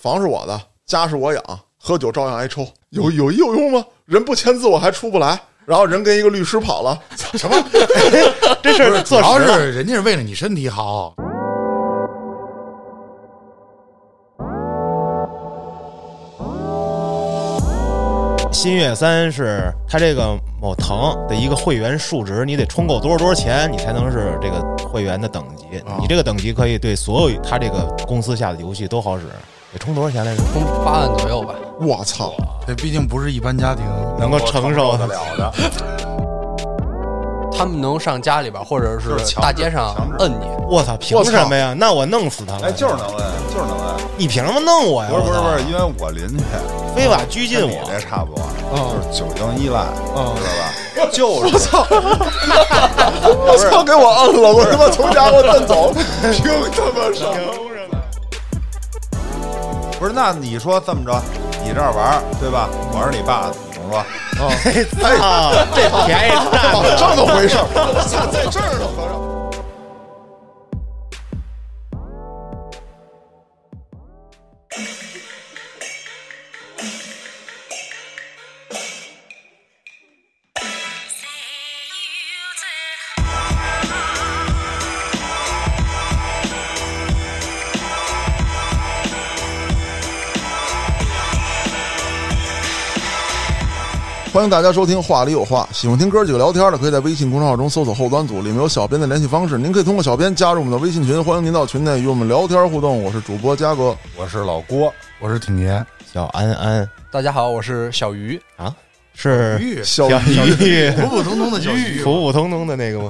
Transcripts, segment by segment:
房是我的，家是我养，喝酒照样挨抽，有有有用吗？人不签字我还出不来，然后人跟一个律师跑了，什 么？这事儿主做要实了是人家是为了你身体好。新月三是它这个某腾的一个会员数值，你得充够多少多少钱，你才能是这个会员的等级。哦你这个等级可以对所有它这个公司下的游戏都好使。得充多少钱来着？充八万左右吧。我操！这毕竟不是一般家庭，能够承受得的。了的。他们能上家里边或者就是是强制大街上强制摁你，我操，凭什么呀？那我弄死他了！哎，就是能摁，就是能摁。你凭什么弄我呀？不是不是不我是操，因为我邻居非法拘禁跟你我这，差不多，哦嗯就是酒精依赖，嗯知道吧？就是我操！我操！给我啊摁了，我他妈从家给我蹬 走，凭他妈什么？不是？那你说这么着，你这儿玩儿对吧？我是你爸，总说啊，这便宜怎占么了。这么回事儿？我操，在这儿呢，合着。欢迎大家收听《话里有话》，喜欢听哥几个聊天的，可以在微信公众号中搜索“后端组”，里面有小编的联系方式，您可以通过小编加入我们的微信群，欢迎您到群内与我们聊天互动。我是主播嘉哥，我是老郭，我是挺爷， 小安安大家好，我是小鱼，是玉小小 鱼，普普通通的小玉， 普普通通的那个吗？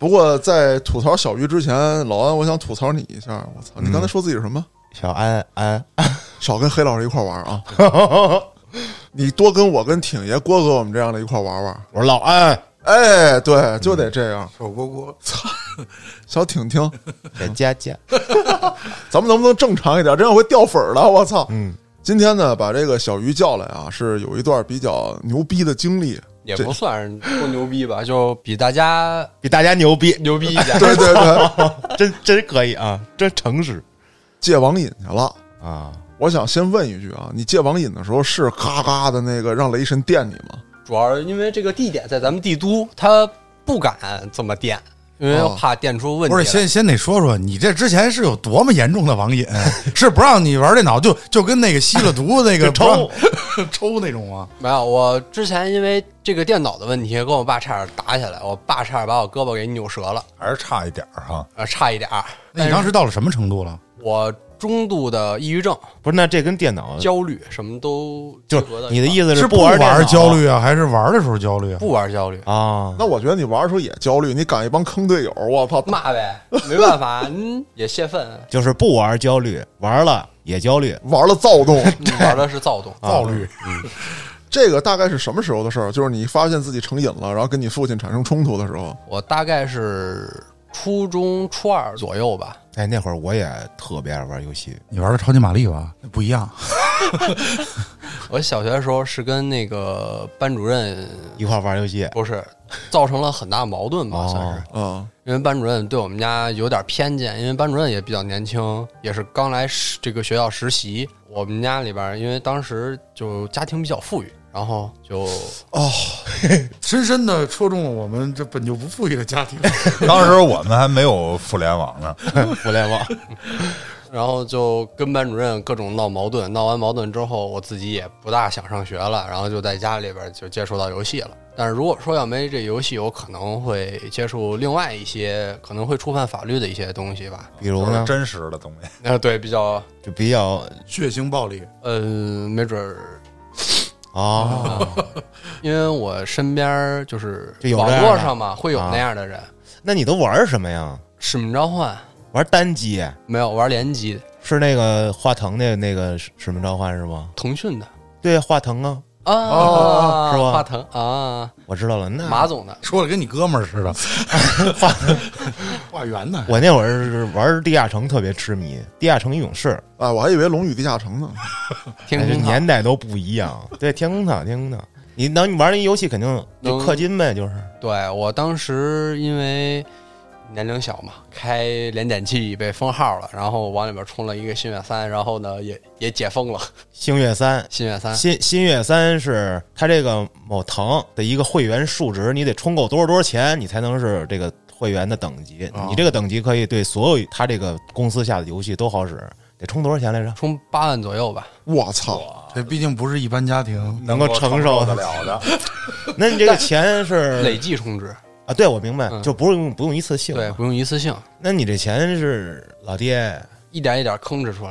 不过在吐槽小鱼之前，老安，我想吐槽你一下。我操，你刚才说自己是什么？小安安，嗯 少跟黑老师一块玩啊！你多跟我、跟挺爷、郭哥我们这样的一块玩玩。我说老安，哎，对，就得这样。手锅锅，小挺挺，人家家，咱们能不能正常一点？这样会掉粉儿的。我操！嗯，今天呢，把这个小鱼叫来啊，是有一段比较牛逼的经历。也这不算多牛逼吧，就比大家比大家牛逼，牛逼一 点。对对对， 真真可以啊，真诚实戒网瘾去了。啊。我想先问一句啊，你戒网瘾的时候是嘎嘎的那个让雷神电你吗？主要是因为这个地点在咱们帝都，他不敢这么电，因为哦怕电出问题不来。是先先得说说你这之前是有多么严重的网瘾，是不让你玩电脑就就跟那个吸了毒那个就抽不让抽那种吗？没有，我之前因为这个电脑的问题跟我爸差点打起来，我爸差点把我胳膊给扭折了，还是差一点儿哈。 呃，差一点儿。那你当时到了什么程度了？我中度的抑郁症、不是，那这跟电脑焦虑什么都就结合是到你的一块意思是不玩电脑焦虑啊，还是玩的时候焦虑啊儿？不玩焦虑，啊？那我觉得你玩的时候也焦虑，你赶一帮坑队友，我操！骂呗，没办法，嗯，也泄愤。就是不玩焦虑，玩了也焦虑。玩了躁动，嗯玩的是躁动，躁虑，这个大概是什么时候的事儿？就是你发现自己成瘾了，然后跟你父亲产生冲突的时候。我大概是初中初二左右吧，哎，那会儿我也特别爱玩游戏，你玩的超级玛丽吧？那不一样，我小学的时候是跟那个班主任一块玩游戏。不是造成了很大矛盾吧，算是啊、哦，因为班主任对我们家有点偏见，因为班主任也比较年轻，也是刚来实这个学校实习。我们家里边儿因为当时就家庭比较富裕，然后就 深深的戳中了我们这本就不富裕的家庭。当时我们还没有互联网 呢，啊互联网，然后就跟班主任各种闹矛盾，闹完矛盾之后，我自己也不大想上学了，然后就在家里边就接触到游戏了。但是如果说要没这游戏，我可能会接触另外一些可能会触犯法律的一些东西吧。比如都是呢，真实的东西。那对比较，就比较血腥暴力，呃，没准儿，啊，因为我身边儿就是就有网这样的啊络上嘛，会有那样的人。那你都玩什么呀？使命召唤玩单机没有玩联机，是那个华腾的那个使使命召唤是吗？腾讯的对，华腾啊，啊，哦是吧华腾啊，我知道了。那马总的说的跟你哥们儿似的，华。化缘呢 我那会儿是玩地下城特别痴迷，地下城勇士，哎，我还以为《龙与地下城》呢。天哎这空塔年代都不一样。 对，天空塔，天空塔，你能你玩那游戏肯定就能氪金呗，就是对我当时因为年龄小嘛，开连点器被封号了，然后往里边充了一个新月三，然后呢也也解封了 星月三。新月三。新新月三是它这个某腾的一个会员数值，你得充够多少多少钱，你才能是这个会员的等级。你这个等级可以对所有它这个公司下的游戏都好使，得充多少钱来着？ 充八万左右吧，我操！这毕竟不是一般家庭，能够承受得了的， 那你这个钱是嗯累计充值，啊？对，我明白，嗯就不用不用一次性。对，，不用一次性，那你这钱是老爹一点一点坑 哧出来，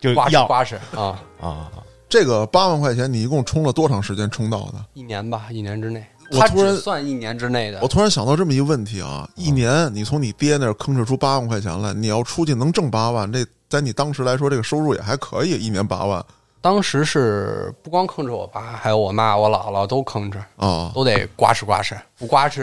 就刮要哧刮哧啊，啊？这个八万块钱你一共充了多长时间充到的？一年吧，一年之内，我他突然只算一年之内的我，突然想到这么一个问题啊，一年你从你爹那儿吭哧出八万块钱来，你要出去能挣八万，这在你当时来说，这个收入也还可以，一年八万当时是不光坑哧我爸，还有我妈、我姥姥都坑哧，啊，都得刮哧刮哧，不刮哧，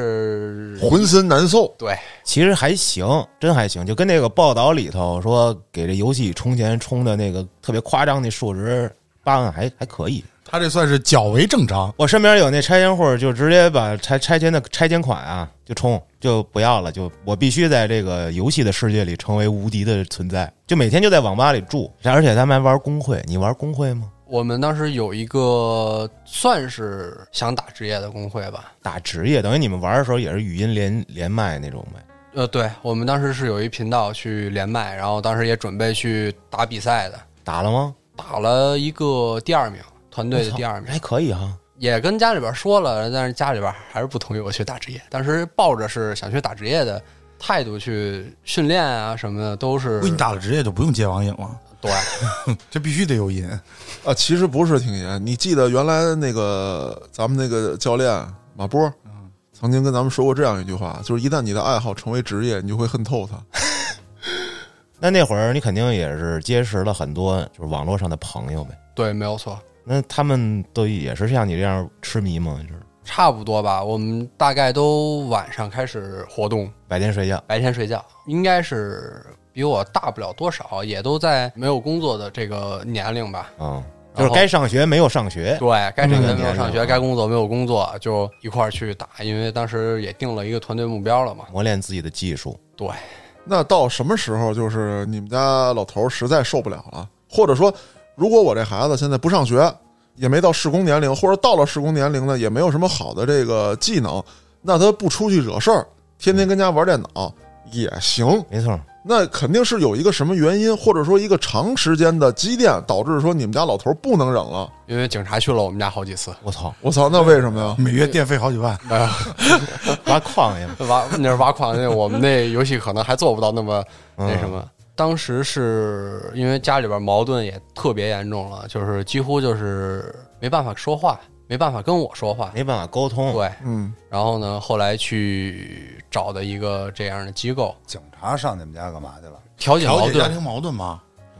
浑身难受。对，其实还行，真还行，就跟那个报道里头说给这游戏充钱充的那个特别夸张那数值，八万还还可以。他这算是较为正常。我身边有那拆迁户，就直接把拆拆迁的拆迁款啊，就充就不要了，就我必须在这个游戏的世界里成为无敌的存在，就每天就在网吧里住，而且他们还玩工会，你玩工会吗？我们当时有一个算是想打职业的工会吧，打职业等于你们玩的时候也是语音连连麦那种呗。呃，对我们当时是有一频道去连麦，然后当时也准备去打比赛的，打了吗？打了一个第二名，团队的第二名，还可以哈。也跟家里边说了，但是家里边还是不同意我去打职业。当时抱着是想去打职业的态度去训练啊什么的，都是不，你打了职业就不用接网瘾了，对，这必须得有瘾。啊，其实不是挺严。你记得原来那个咱们那个教练马波，曾经跟咱们说过这样一句话，就是一旦你的爱好成为职业，你就会恨透它。那那会儿你肯定也是结识了很多就是网络上的朋友呗。对，没有错，那他们都也是像你这样痴迷吗？就是差不多吧。我们大概都晚上开始活动，白天睡觉，白天睡觉，应该是比我大不了多少，也都在没有工作的这个年龄吧。嗯，就然后是该上学没有上学，对，该上学没有上这个学，该工作没有工作，就一块儿去打，因为当时也定了一个团队目标了嘛。磨练自己的技术。对，那到什么时候，就是你们家老头儿实在受不了了，或者说，如果我这孩子现在不上学，也没到适工年龄，或者到了适工年龄呢，也没有什么好的这个技能，那他不出去惹事儿，天天跟家玩电脑也行。没错，那肯定是有一个什么原因，或者说一个长时间的积淀，导致说你们家老头儿不能忍了。因为警察去了我们家好几次，我操，我操，那为什么呀？每月电费好几万，挖矿呀！挖 那是挖矿，那我们那游戏可能还做不到那么嗯那什么。当时是因为家里边矛盾也特别严重了，就是几乎就是没办法说话，没办法跟我说话。没办法沟通，对，嗯，然后呢，后来去找的一个这样的机构警察上你们家干嘛去了？调解调矛解家盾，庭矛盾嘛。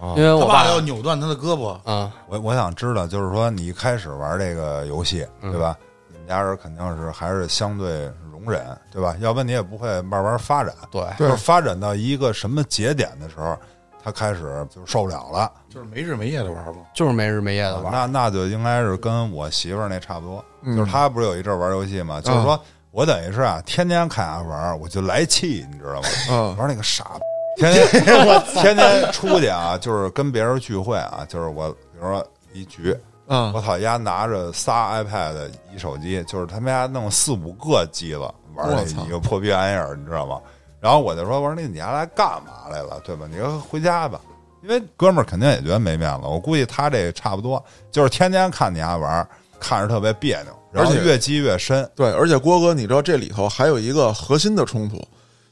啊因为他我爸爸要扭断他的胳膊，嗯我我想知道，就是说你一开始玩这个游戏，对吧？你们家人肯定是还是相对容忍，对吧？要不然你也不会慢慢发展。对就是发展到一个什么节点的时候，他开始就受不了了。就是没日没夜的玩嘛。就是没日没夜的啊玩，那那就应该是跟我媳妇儿那差不多，嗯就是她不是有一阵儿玩游戏嘛，就是说我等于是啊，天天看她玩儿，我就来气，你知道吗？ 啊，玩那个傻，天天我天天出去啊，就是跟别人聚会啊，就是我比如说一局，啊，我操，丫拿着仨 iPad 一手机，就是他们家弄四五个机子玩我操那一个破逼玩意儿，你知道吗？然后我就说，我说那你丫来干嘛来了，对吧？你就回家吧，因为哥们儿肯定也觉得没面子。我估计他这差不多，就是天天看你丫玩儿，看着特别别扭，然后而且越积越深。对，而且郭哥，你知道这里头还有一个核心的冲突，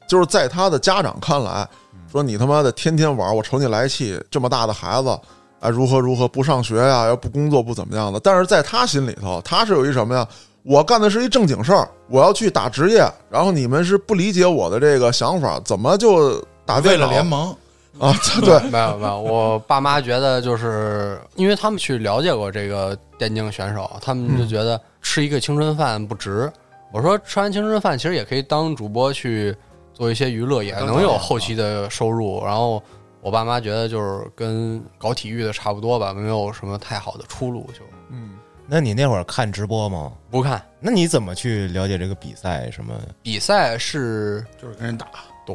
就是在他的家长看来，嗯说你他妈的天天玩，我瞅你来气，这么大的孩子，哎，如何如何不上学呀、要不工作不怎么样的。但是在他心里头，他是有一什么呀？我干的是一正经事儿，我要去打职业，然后你们是不理解我的这个想法，怎么就打为电脑了联盟，啊？ 对，没有没有，我爸妈觉得就是因为他们去了解过这个电竞选手，他们就觉得吃一个青春饭不值。我说吃完青春饭，其实也可以当主播去做一些娱乐，也能啊有后期的收入。然后我爸妈觉得就是跟搞体育的差不多吧，没有什么太好的出路，就嗯，那你那会儿看直播吗？不看那你怎么去了解这个比赛？什么比赛是就是跟人打，对，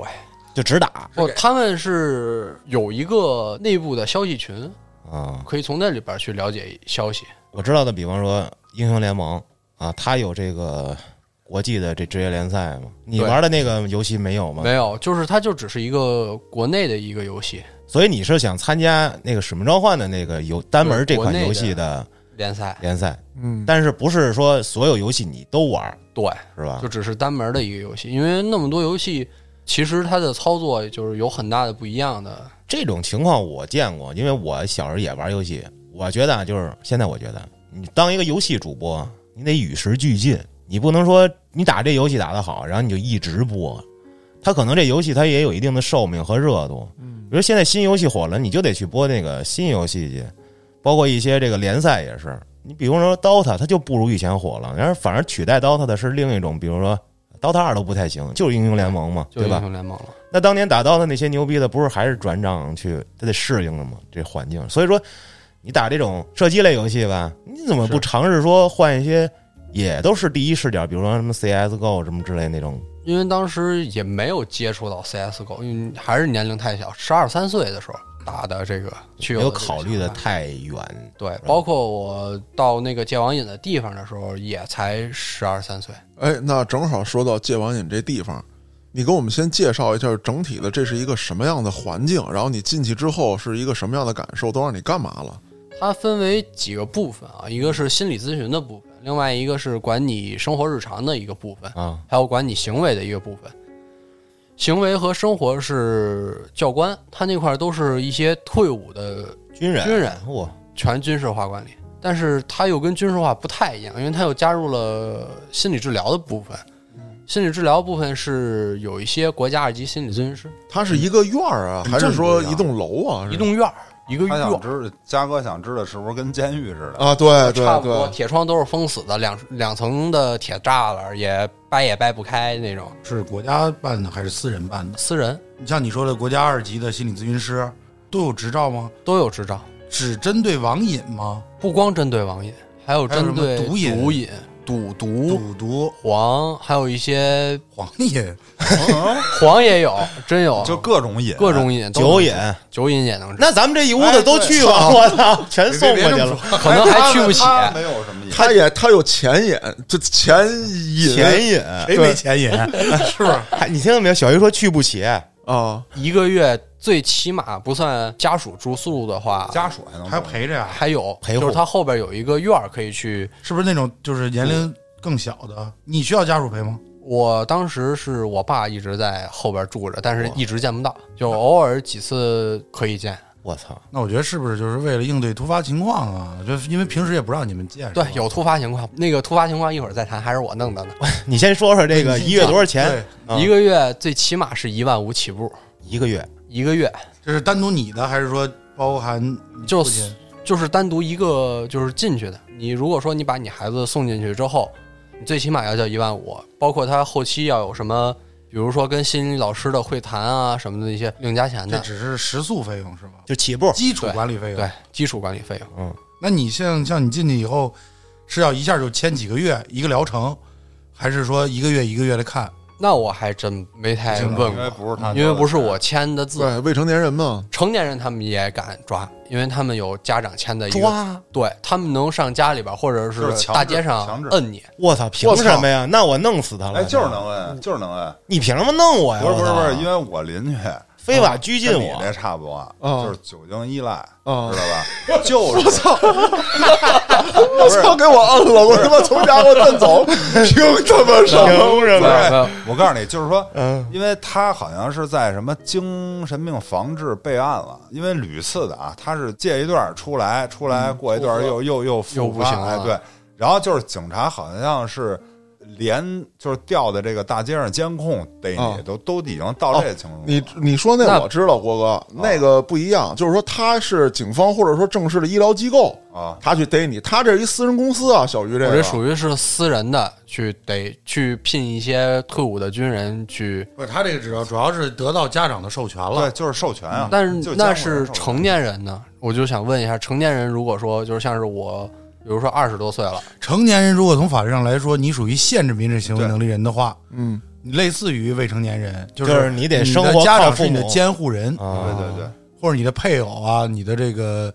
就只打不，哦他们是有一个内部的消息群，啊？可以从那里边去了解消息。我知道的，比方说英雄联盟啊，它有这个国际的这职业联赛吗？你对玩的那个游戏没有吗？没有，就是它就只是一个国内的一个游戏所以你是想参加那个《使命召唤》的那个游单门这款游戏的联赛，联赛，嗯，但是不是说所有游戏你都玩对，是吧就？只是单门的一个游戏。因为那么多游戏，其实它的操作就是有很大的不一样的。这种情况我见过，因为我小时候也玩游戏。我觉得啊，就是现在我觉得，你当一个游戏主播，你得与时俱进，你不能说你打这游戏打得好，然后你就一直播。它可能这游戏它也有一定的寿命和热度。比如现在新游戏火了，你就得去播那个新游戏去，包括一些这个联赛也是。你比如说 DOTA，它就不如以前火了，然后反而取代 DOTA 的是另一种，比如说 DOTA 二都不太行，就是英雄联盟嘛，就对吧英？雄联盟了，那当年打到的那些牛逼的，不是还是转账去，他得适应了吗？这环境，所以说你打这种射击类游戏吧，你怎么不尝试说换一些也都是第一视角，比如说什么 CSGO 什么之类那种？因为当时也没有接触到 CSGO，因为还是年龄太小，十二三岁的时候打的这个，去没有考虑的的太远。对，包括我到那个戒网瘾的地方的时候，也才十二三岁。哎，那正好说到戒网瘾这地方，你给我们先介绍一下整体的这是一个什么样的环境，然后你进去之后是一个什么样的感受，都让你干嘛了？它分为几个部分啊，一个是心理咨询的部分，另外一个是管你生活日常的一个部分，啊，还有管你行为的一个部分。行为和生活是教官，他那块儿都是一些退伍的军人，军人哇，全军事化管理，但是它又跟军事化不太一样，因为它又加入了心理治疗的部分。嗯心理治疗部分是有一些国家二级心理咨询师，它是一个院儿啊，还是说一栋楼啊？一栋院儿，一个嗯他院想儿，知道，嘉哥想知道是不是跟监狱似的？啊，对对差不多，对，铁窗都是封死的，两两层的铁栅栏也掰也掰不开那种。是国家办的还是私人办的？私人你像你说的，国家二级的心理咨询师都有执照吗？都有执照，只针对网瘾吗？不光针对网瘾，还有还有针对什么毒瘾毒瘾、赌毒、赌毒、黄，还有一些黄瘾，黄也有，真有， 就 各种瘾，各种瘾，都能酒瘾。酒瘾也能治，那咱们这一屋子都去了，我操，全送过去了。可能还去不起。他没有什么瘾，他也他有前瘾，这前瘾前瘾，哎谁没 钱瘾？是不是？还你听到没有？小鱼说去不起，啊，一个月最起码不算家属住宿的话，家属还能还要陪着呀？还有陪护就是他后边有一个院儿可以去。是不是那种就是年龄更小的？你需要家属陪吗？我当时是我爸一直在后边住着，但是一直见不到，就偶尔几次可以见。我操，那我觉得是不是就是为了应对突发情况啊？就因为平时也不让你们见，是吧对，有突发情况，那个突发情况一会儿再谈，还是我弄的呢。你先说说这个一月多少钱？对啊 一个月最起码是一万五起步，一个月，一个月这是单独你的还是说包含你就父亲就是单独一个就是进去的。你如果说你把你孩子送进去之后，你最起码要交一万五，包括他后期要有什么，比如说跟心理老师的会谈啊什么的那些另加钱这的，只是食宿费用是吧？就起步，基础管理费用。对，基础管理费用。嗯，那你像像你进去以后，是要一下就签几个月一个疗程，还是说一个月一个月的看？那我还真没太这个问因为过，不是他，因为不是我签的字。对，未成年人嘛，成年人他们也敢抓，因为他们有家长签的一个，抓。对他们能上家里边或者啊就是是强制大街上强制摁你，我操，凭什么呀？那我弄死他了！哎，就是能摁，就是能摁，你凭什么弄哎我呀？不是不是我不操是，因为我邻居非法拘禁跟你我这，差不多，嗯就是酒精依赖，嗯知道吧？就是我操，给我摁了，我他妈从家给 我摁走，凭他妈什么？凭什不么？是，我告诉你，就是说，嗯因为他好像是在什么精神病防治备案了，因为屡次的啊，他是戒一段儿出来，出来过一段儿又又又复又不发行了哎，对，然后就是警察好像是。连就是调的这个大街上监控逮啊你，都都已经到这情况了。你你说那那我知道，郭哥，那个不一样，就是说他是警方或者说正式的医疗机构啊他去逮你，他这是一私人公司啊，小鱼这我个这属于是私人的，去得去聘一些退伍的军人去，不是，他这个主要主要是得到家长的授权对，了，就是授权啊，但就是监那管人是授权成年人呢，我就想问一下，成年人如果说就是像是我比如说二十多岁了，成年人如果从法律上来说，你属于限制民事行为能力人的话，嗯，你类似于未成年人，就就是是你得的生活家靠长父是你的母监护人，啊，对对对，或者你的配偶啊，你的这个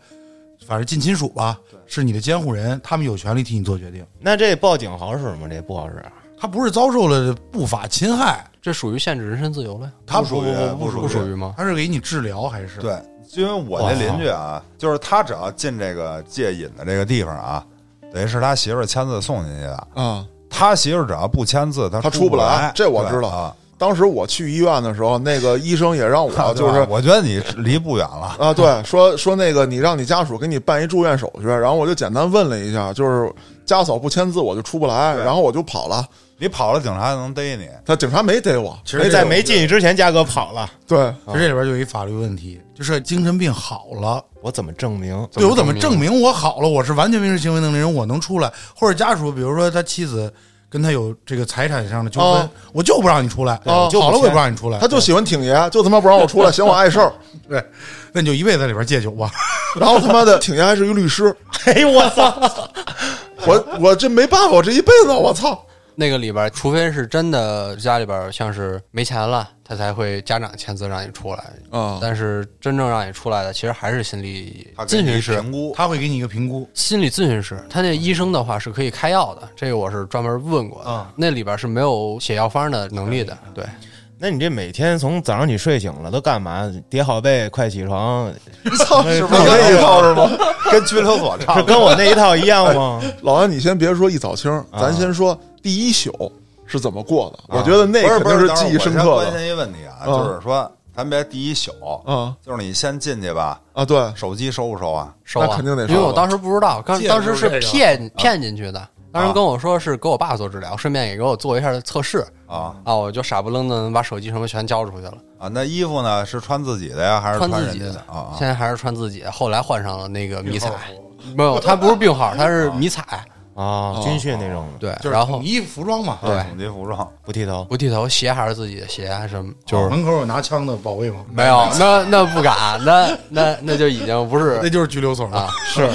反正近亲属吧，是你的监护人，他们有权利替你做决定。那这报警好使吗？这不好使。他不是遭受了不法侵害，这属于限制人身自由了呀？他不属于不不不属属于不属于吗？他是给你治疗还是？对，因为我那邻居啊，就是他只要进这个戒瘾的这个地方啊，等于是他媳妇儿签字送进去的。啊。他媳妇儿只要不签字，他他出出不来来。这我知道对啊。当时我去医院的时候，那个医生也让我就对吧是我觉得你离不远了。啊，对，说说那个你让你家属给你办一住院手续，然后我就简单问了一下，就是家嫂不签字我就出不来，对然后我就跑了。你跑了，警察能逮你。他警察没逮我，其实没这哎在没进去之前，嘉哥跑了，对，其实这里边就有一法律问题，就是精神病好了，我怎么证明？对我怎么么证明我好了？我是完全民事行为能力人，我能出来，或者家属，比如说他妻子跟他有这个财产上的纠纷，哦我就不让你出来，哦对啊我就不好了我也签不让你出来，他就喜欢挺爷，就他妈不让我出来，嫌我碍事儿。对，那你就一辈子在里边戒酒吧。 然后他妈的挺爷还是一律 师，哎呦我操！ 我我这没办法，我这一辈子我 操，那个里边，除非是真的家里边像是没钱了，他才会家长签字让你出来。啊但是真正让你出来的，其实还是心理他给咨你询师。评估，他会给你一个评估，心理咨询师，他那医生的话是可以开药的，这个我是专门问过的。啊那里边是没有写药方的能力的，对，那你这每天从早上你睡醒了都干嘛？叠好被，快起床， 操，是不是那 一套是吗？跟拘留所差是不多。跟我那一套一样吗？老安，你先别说一早清儿，啊咱先说第一宿是怎么过的。 我觉得那不是肯不定是记忆深等会儿我刻先关的。心一问题啊，嗯就是说，咱别第一宿，啊就是你先进去吧，啊， 对，手机收不收啊？收啊那肯定得收啊因为我当时不知道，刚戒指当时这是个骗骗进去的。当啊时跟我说是给我爸做治疗，顺便也给我做一下测试啊啊，我就傻不愣登把手机什么全交出去了，啊，那衣服呢是穿自己的呀，还是穿自人己家的的啊？啊现在还是穿自己的。后来换上了那个迷彩，没有，他不是病号，他是迷彩，啊，军训那种的，对，就是然后统一服装嘛。啊对统计啊服装，不剃头。不剃头，鞋还是自己的鞋，还是什么就是。哦门口有拿枪的保卫嘛，没有，那那不敢，那那那就已经不是那就是拘留所了。啊，是。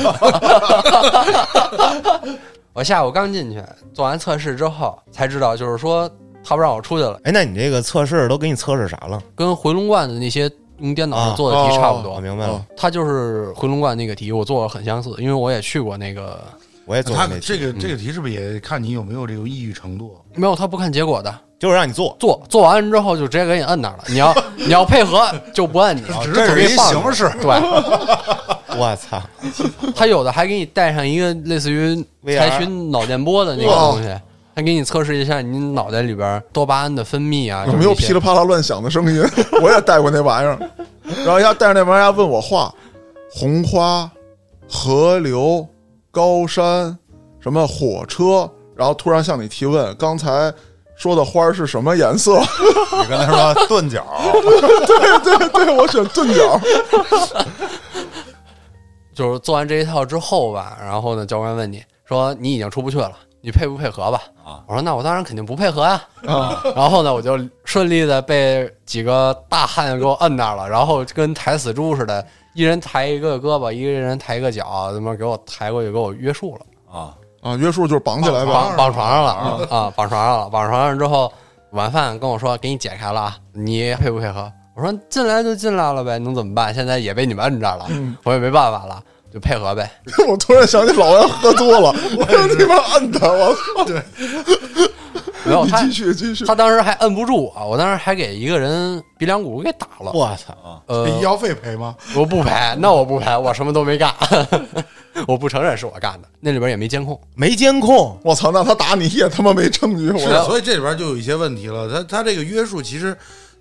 我下午刚进去，做完测试之后才知道，就是说他不让我出去了，哎，那你这个测试都给你测试啥了？跟回龙观的那些用电脑上做的题差不多。我哦明白了，他就是回龙观那个题，我做的很相似，因为我也去过那个，我也做过他那题，这个这个题是不是也看你有没有这个抑郁程度？没有他不看结果的，就是让你做。做做完之后就直接给你摁那儿了。你 要你要配合就不摁你，啊直这接是给一你放着形式。对我操！他有的还给你带上一个类似于 VR 采取脑电波的那个东哦西，他给你测试一下你脑袋里边多巴胺的分泌啊，有就哦是没有一些噼里啪啦乱响的声 音？我也带过那玩意儿，然后人家带着那玩意儿问我话，红花、河流、高山，什么火车，然后突然向你提问，刚才说的花儿是什么颜色？你跟他说 钝角， 对对，我选钝角。就是做完这一套之后吧，然后呢，教官问你说你已经出不去了，你配不配合吧？啊，我说那我当然肯定不配合呀、啊 然后呢，我就顺利的被几个大汉给我摁那儿了，然后跟抬死猪似的，一人抬一个胳膊，一个人抬一个脚，他妈给我抬过去，给我约束了，啊，啊，约束就是绑起来吧。绑绑床上了啊，绑床上了，绑床上之后，晚饭跟我说给你解开了啊，你配不配合？我说进来就进来了呗，能怎么办？现在也被你们摁这儿了，嗯我也没办法了，就配合呗。 我突然想起老安喝多 了，我让你们摁他，我操！对，没 有你他继续继续他。当时还摁不住我，我当时还给一个人鼻梁骨给打了。我操！呃，医药费赔吗？我不赔，那我不赔，我什么都没干， 我不承认是我干的。那里边也没监控，没监控，我操！那他打你也他妈没证据，是我的，所以这里边就有一些问题了。他他这个约束其实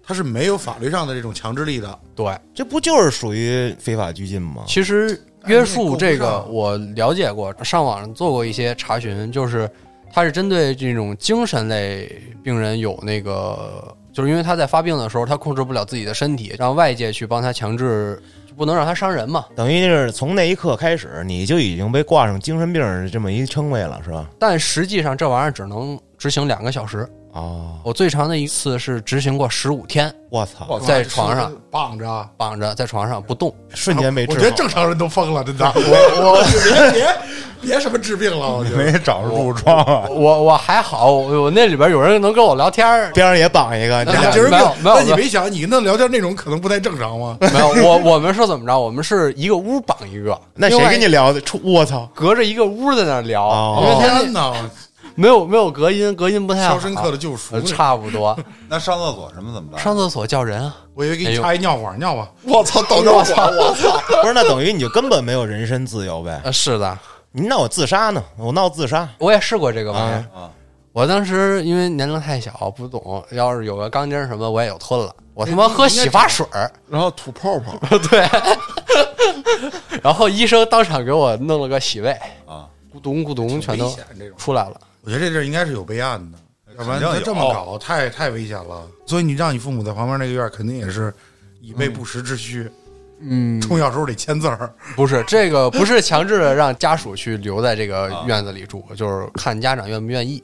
他是没有法律上的这种强制力的。对，这不就是属于非法拘禁吗？其实约束这哎那个够不上我了解过，上网做过一些查询，就是它是针对这种精神类病人有那个，就是因为他在发病的时候，他控制不了自己的身体，让外界去帮他强制，就不能让他伤人嘛。等于就是从那一刻开始，你就已经被挂上精神病儿这么一称谓了，是吧？但实际上这玩意儿只能执行两个小时，哦，我最长的一次是执行过十五天，我操！我操！ 在床上绑着，绑着在床上不动。瞬间被治我好 觉得正常人都疯了，真的。我我别别，别什么治病了，我觉得没找着褥疮啊。我我还好，我我那里边有人能跟我聊天 儿，边上也绑一个，你没俩有精神没病有。没有那你没想，你跟他聊天那种可能不太正常吗？没有我我们是怎么着？我们是一个屋绑一个，那另谁外跟你聊的？出我操！ 隔着一个屋在那儿聊？哦因为他天哪！没有没有隔音，隔音不太好。肖申克的救赎呃，差不多。那上厕所什么怎么办？上厕所叫人啊，我以为给你插一尿管，尿吧。我 操，到尿管，我操！不是，那等于你就根本没有人身自由呗？呃，是的，你那我自杀呢？我闹自杀，我也试过这个玩意儿。啊我当时因为年龄太小，不懂，要是有个钢筋儿什么，我也有吞了。我他妈喝洗发水儿，然后吐泡泡， 对，然后医生当场给我弄了个洗胃，啊，咕咚咕咚全危都险这种，出来了。我觉得这地儿应该是有备案的，哎要不肯然定他有这么搞太太危险了。所以你让你父母在旁边那个院儿，肯定也是以备不时之需。嗯，重要时候得签字儿。不是这个，不是强制的让家属去留在这个院子里住，啊就是看家长愿不愿意。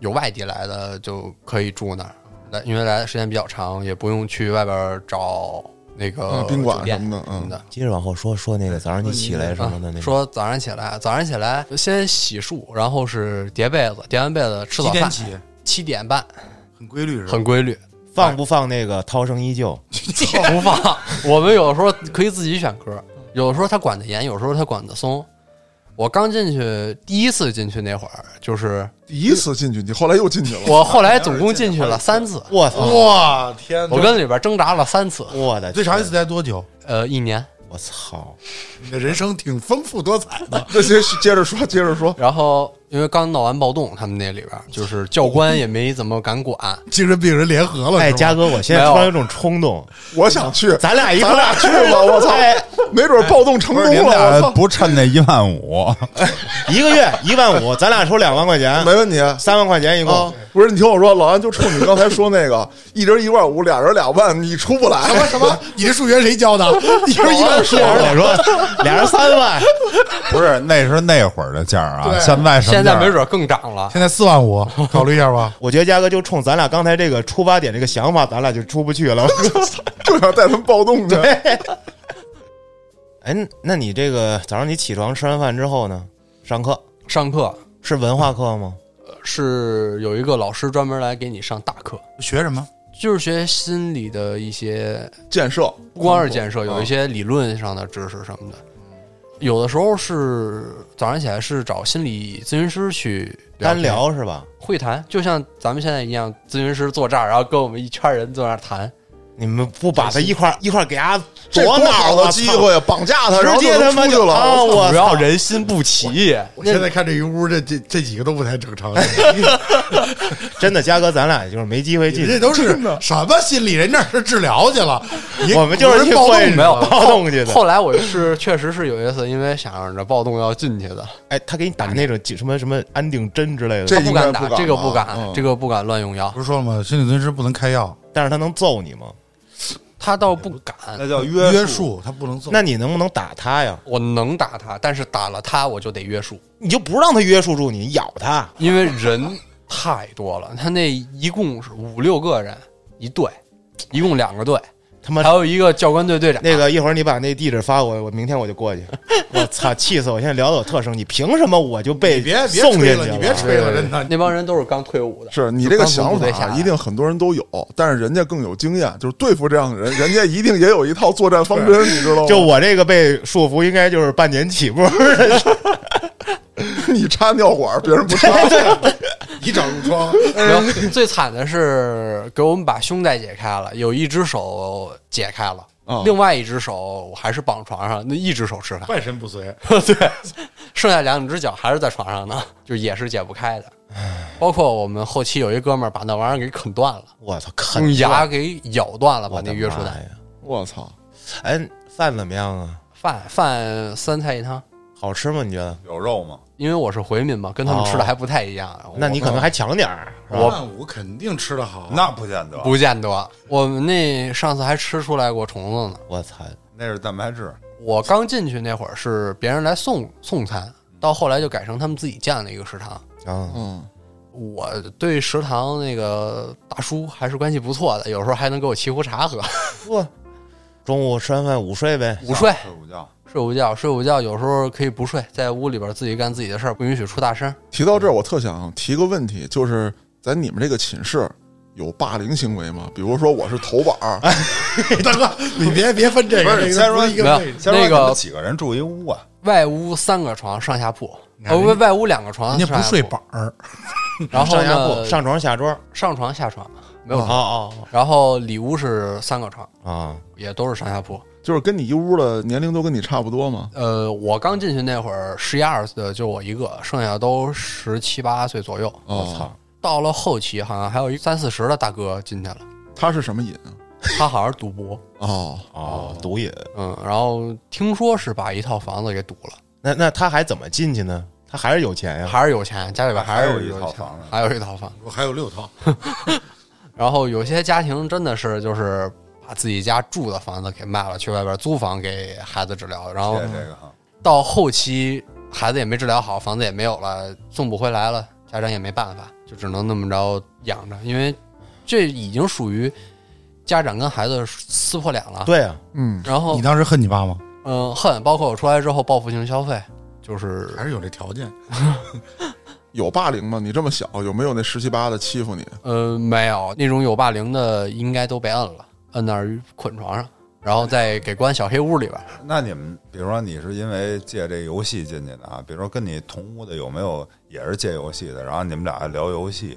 有外地来的就可以住那儿，来因为来的时间比较长，也不用去外边儿找那个嗯宾馆呃酒店什么的嗯的。接着往后说说那个早上你起来什么的那啊个，说早上起来，早上起来先洗漱，然后是叠被子，叠完被子吃几早点饭，起？七点半，很规律是吧？很规律，放不放那个《涛声依旧》？不放。我们有时候可以自己选歌，有时候他管得严，有时候他管得松。我刚进去第一次进去那会儿，就是第一次进去，你后来又进去了，我后来总共进去了三次，我操！哇天哪！我跟里边挣扎了三次，我的最长一次天！待多久？呃，一年。我操！你的人生挺丰富多彩的。那接接着说，接着说，然后因为刚闹完暴动，他们那里边就是教官也没怎么敢管，精神病人联合了，哎，是吧嘉哥，我现在突然有种冲动，我想去，哎咱俩一哎块咱俩去吧，我操，没准暴动成不功是你们了，我俩操，不趁那一万五，一个月一万五，咱俩出两万块钱，没问题。三万块钱一啊 共。，不是你听我说，老安就冲你刚才说那个，一人一万五，俩人俩万，你出不来。什 么什么？你这数学谁教的？你说一般数俩哦人我说俩人三万，不是那是那会儿的价儿啊，对现在什么现价在儿没准更涨了。 现在四万五，考虑一下吧。我觉得嘉哥就冲咱俩刚才这个出发点这个想法，咱俩就出不去了。 就想带他们暴动去。哎，那你这个早上你起床吃完饭之后呢？上课上课是文化课吗？是有一个老师专门来给你上大课，学什么？就是学心理的一些，建设不光是建设，有一些些理论上的知识什么的。有的时候是早上起来是找心理咨询师去单天聊是吧？会谈，就像咱们现在一样，咨询师坐这儿，然后跟我们一圈人坐那儿谈。你们不把他一块儿一块儿给他这左多脑好了的机，会，啊绑架他，然直后就接他能妈出去就啊！了。我主要操！人心不齐，我现那在看这一屋，这这这几个都不太 正常。真的，嘉哥，咱俩就是没机会你进这去，都是什么心理？人那是治疗去了，你我们就是人去暴动会没有？暴动去 的。后来我是确实是有一次，因为想着暴动要进去的，哎，他给你打那种什么什么安定针之类这的，他不敢打，应该不敢吧这个不敢嗯，这个不敢乱用药不，是说了吗？心理咨询师不能开药，但是他能揍你吗？他倒不敢。那叫约约束他不能做。那你能不能打他呀？我能打他，但是打了他我就得约束，你就不让他约束住你，咬他。因为人太多了，他那一共是五六个人一队，一共两个队，他妈还有一个教官队队长。那个一会儿你把那地址发我，我明天我就过去。我操，气死我！现在聊的我特生气，凭什么我就被你别别送进去吹了你别吹对了对对真的那帮人都是刚退伍的，是你这个想就刚从部队下法，啊来一定很多人都有，但是人家更有经验，就是对付这样的人，人家一定也有一套作战方针，你知道吗？ 就我这个被束缚，应该就是半年起步。你插尿管，别人不插，你长褥疮， 然后最惨的是给我们把胸带解开了，有一只手解开了，哦另外一只手我还是绑床上，那一只手吃饭，半身不 遂。对，剩下两只脚还是在床上呢，就也是解不开的。包括我们后期有一哥们儿把那玩意儿给啃断了，我操，用啃牙，给咬断了，把我那的约束妈带。呀！我操！哎，饭怎么样啊？饭饭三菜一汤，好吃吗？你觉得？有肉吗？因为我是回民嘛，跟他们吃的还不太一样。我哦那你可能还强点儿，是吧我万五肯定吃的好， 那不见得，不见得，我们那上次还吃出来过虫子呢。我操，那是蛋白质。我刚进去那会儿是别人来送送餐，到后来就改成他们自己建了一个食堂。啊，嗯，我对食堂那个大叔还是关系不错的，有时候还能给我沏壶茶喝。哇，中午吃完饭午睡呗，午睡睡午觉，睡午觉，睡午觉有时候可以不睡，在屋里边自己干自己的事儿，不允许出大声。提到这儿，我特想提个问题，就是在你们这个寝室有霸凌行为吗？比如说我是头板儿，大哥，你别别分这不个，是这先个说不是没一个有位置。先说那个你们几个人住一屋啊？外屋三个床上下铺，你看呃，人外外屋两个床，人家不睡上下板儿，铺，然后上下呢铺，上床下桌，上床下床没有哦嗯床，哦然后里屋是三个床，哦啊，也都是上下铺。就是跟你一屋的年龄都跟你差不多吗？呃，我刚进去那会儿，十一二岁的就我一个，剩下都十七八岁左右。我哦，操，到了后期，好像还有一三四十的大哥进去了，他是什么瘾啊？他好像是赌博，哦，哦，毒瘾。嗯，然后听说是把一套房子给赌了，那那他还怎么进去呢？他还是有钱呀，还是有钱，家里边是哎还有一有套钱房子还有一套房。我还有六套，然后有些家庭真的是就是把自己家住的房子给卖了，去外边租房给孩子治疗，然后谢谢这个哈，到后期孩子也没治疗好，房子也没有了，送不回来了，家长也没办法，就只能那么着养着，因为这已经属于家长跟孩子撕破脸了。，对啊，嗯，然后你当时恨你爸吗？嗯、恨，包括我出来之后报复性消费，就是还是有这条件？有霸凌吗？你这么小，有没有那十七八的欺负你？呃没有那种有霸凌的，应该都被摁了，摁那儿捆床上，然后再给关小黑屋里边。那你们比如说你是因为借这游戏进去的啊？比如说跟你同屋的有没有也是借游戏的？然后你们俩聊游戏，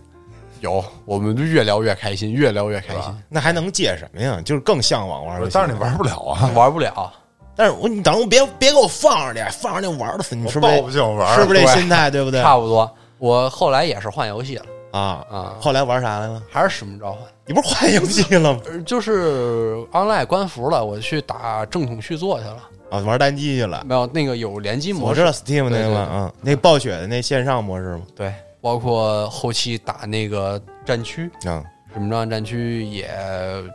有，我们就越聊越开心，越聊越开是吧心，那还能借什么呀？就是更向往玩游戏。但是你玩不了 啊，玩不了。但是我你等着我别别给我放着点，放着就玩的死，你是不是我报复性玩是不是这对心态对不对？差不多。我后来也是换游戏了，啊啊后来玩啥来了？还是使命召唤，你不是换游戏了吗？呃就是 online 官服了，我去打正统续作去了。啊，玩单机去了。没有那个有联机我模知式，道 Steam 那嗯对个对嘛，嗯，那个暴雪的那线上模式嘛，对，包括后期打那个战区，嗯，使命召唤战区也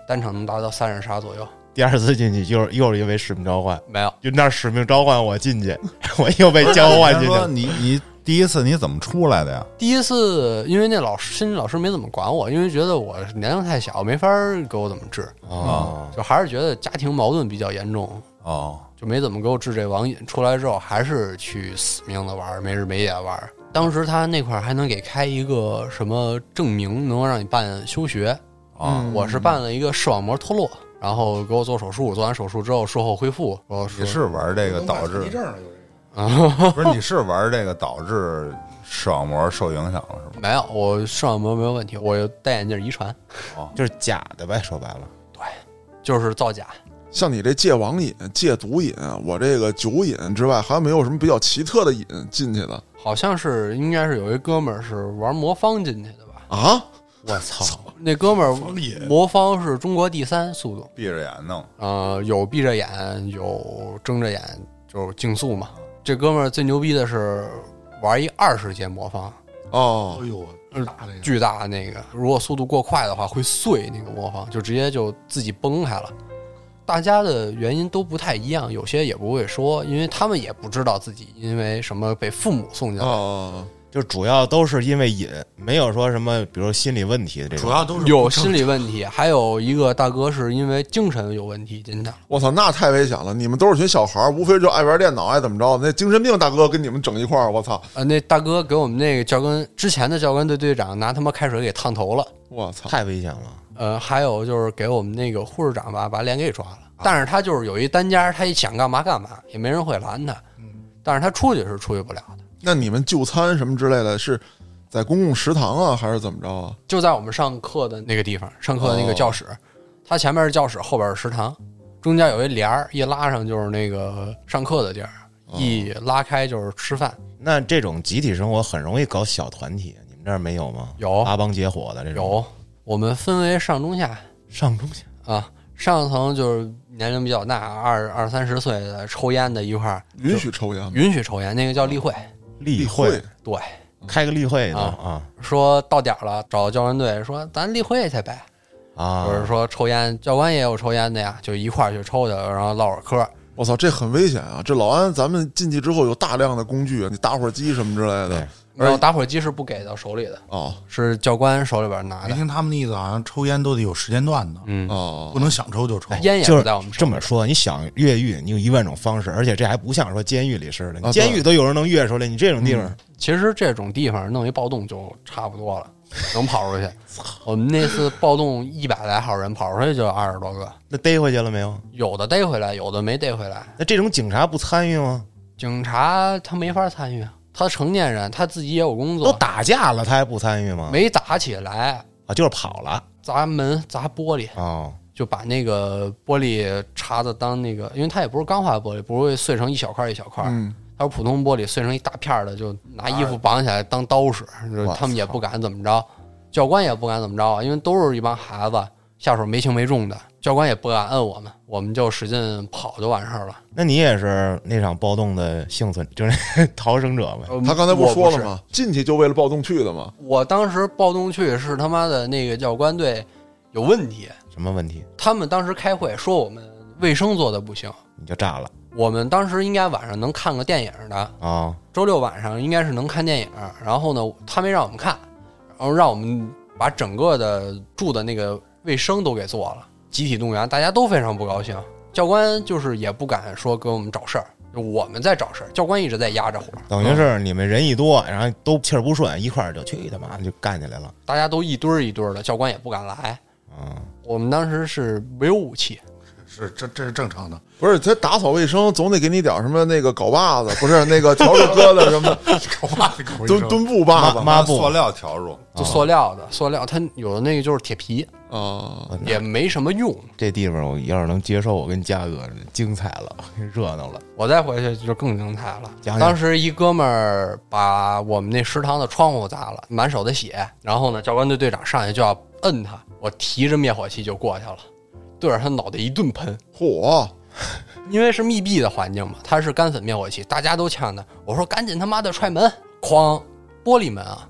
单场能达到三十杀左右。第二次进去又是又是因为使命召唤，没有，就那儿使命召唤我进去， 我又被召唤进你去说了。你你第一次你怎么出来的呀？第一次因为那老师心理老师没怎么管我，因为觉得我年龄太小，没法儿给我怎么治，哦，就还是觉得家庭矛盾比较严重，哦，就没怎么给我治这网瘾。出来之后，还是去死命的玩儿，没日没夜玩儿。当时他那块儿还能给开一个什么证明，能够让你办休学。啊我是办了一个视网膜脱落，然后给我做手术，做完手术之后术后恢复。我你说是玩这个导致能把自闭症了有这个不是你是玩这个导致视网膜受影响了是吗？没有，我视网膜没有问题，我戴眼镜遗传，就是假的呗，说白了，就是造假。像你这戒网瘾、戒毒瘾，我这个酒瘾之外，还有没有什么比较奇特的瘾进去的好像是应该是有一哥们儿是玩魔方进去的吧？啊？我操，那哥们方也儿魔方是中国第三速度，闭着眼弄，呃，有闭着眼，有睁着眼，就是竞速嘛。这哥们儿最牛逼的是玩一二十阶魔方，哦哎，呦，我打这个巨大那个，如果速度过快的话会碎那个魔方，就直接就自己崩开了。大家的原因都不太一样，有些也不会说，因为他们也不知道自己因为什么被父母送进来。哦，就主要都是因为瘾，没有说什么，比如心理问题的这主种。要都是有心理问题，还有一个大哥是因为精神有问题进的，我操，那太危险了！你们都是群小孩儿，无非就爱玩电脑，爱怎么着？那精神病大哥跟你们整一块儿，我操，呃，那大哥给我们那个教官之前的教官队队长拿他妈开水给烫头了，我操！太危险了，呃，还有就是给我们那个护士长吧，把脸给抓了。但是他就是有一单间儿，他一想干嘛干嘛，也没人会拦他。但是他出去是出去不了的，那你们就餐什么之类的，是在公共食堂啊，还是怎么着啊？就在我们上课的那个地方，上课的那个教室，他前面是教室，后边是食堂，中间有一帘儿，一拉上就是那个上课的地儿，一拉开就是吃饭。那这种集体生活很容易搞小团体，你们这儿没有吗？有阿帮结伙的这种，有，我们分为上中下上中下啊，上层就是年龄比较大，二二三十岁的抽烟的一块儿允许抽烟吗？允许抽烟，那个叫例会，例会会，对。开个例会的啊啊说到点儿了，找教官队说咱例会去呗，啊或者说抽烟，教官也有抽烟的呀，就一块儿去抽去，然后唠会儿嗑。我操，这很危险啊！这老安，咱们进去之后有大量的工具，你打火机什么之类的对，然后打火机是不给到手里的，哦是教官手里边拿没哎的。听他们的意思，好像抽烟都得有时间段的，嗯，哦不能想抽就抽。哎烟也就不是在我们手这里么说，你想越狱，你有一万种方式，而且这还不像说监狱里似的，啊你监狱都有人能越出来，你这种地方，其实这种地方弄一暴动就差不多了，能跑出去。我们那次暴动一百来号人，跑出去就二十多个，那逮回去了没有？有的逮回来，有的没逮回来。那这种警察不参与吗？警察他没法参与，他成年人，他自己也有工都作，打架了，他还不参与吗？没打起来，啊，就是跑了砸门砸玻璃，哦，就把那个玻璃碴子当那个，因为它也不是钢化玻璃，不会碎成一小块一小块，嗯它是普通玻璃碎成一大片儿的，就拿衣服绑起来当刀使，就哇他们也不敢怎么着，教官也不敢怎么着啊，因为都是一帮孩子，下手没轻没重的，教官也不敢摁我们，我们就使劲跑就完事儿了。那你也是那场暴动的幸存， 就是逃生者呗。他刚才不嗯我是说了是吗？进去就为了暴动去的吗？我当时暴动去是他妈的那个教官队有问题，什么问题？他们当时开会说我们卫生做的不行，你就炸了我们当时应该晚上能看个电影的，啊、周六晚上应该是能看电影，然后呢，他没让我们看，然后让我们把整个的住的那个卫生都给做了，集体动员，大家都非常不高兴。教官就是也不敢说给我们找事儿，就我们在找事儿，教官一直在压着火，等于是你们人一多，然后都气儿不顺，一块儿就去他妈就干起来了。大家都一堆儿一堆儿的，教官也不敢来。嗯，我们当时是没有武器，是，这这是正常的。不是，他打扫卫生总得给你点什么那个镐把子，不是那个笤帚疙瘩什么搞话的口墩墩布把子妈布塑料笤帚，就塑料的，塑料它有的那个就是铁皮，啊，我也没什么用。这地方我要是能接受，我跟嘉哥精彩了， 热闹了。我再回去就更精彩了。讲讲当时一哥们儿把我们那食堂的窗户砸了，满手的血。然后呢，教官队队长上去就要摁他，我提着灭火器就过去了，对着他脑袋一顿喷。嚯！因为是密闭的环境嘛，他是干粉灭火器，大家都呛他。我说赶紧他妈的踹门，哐，玻璃门啊，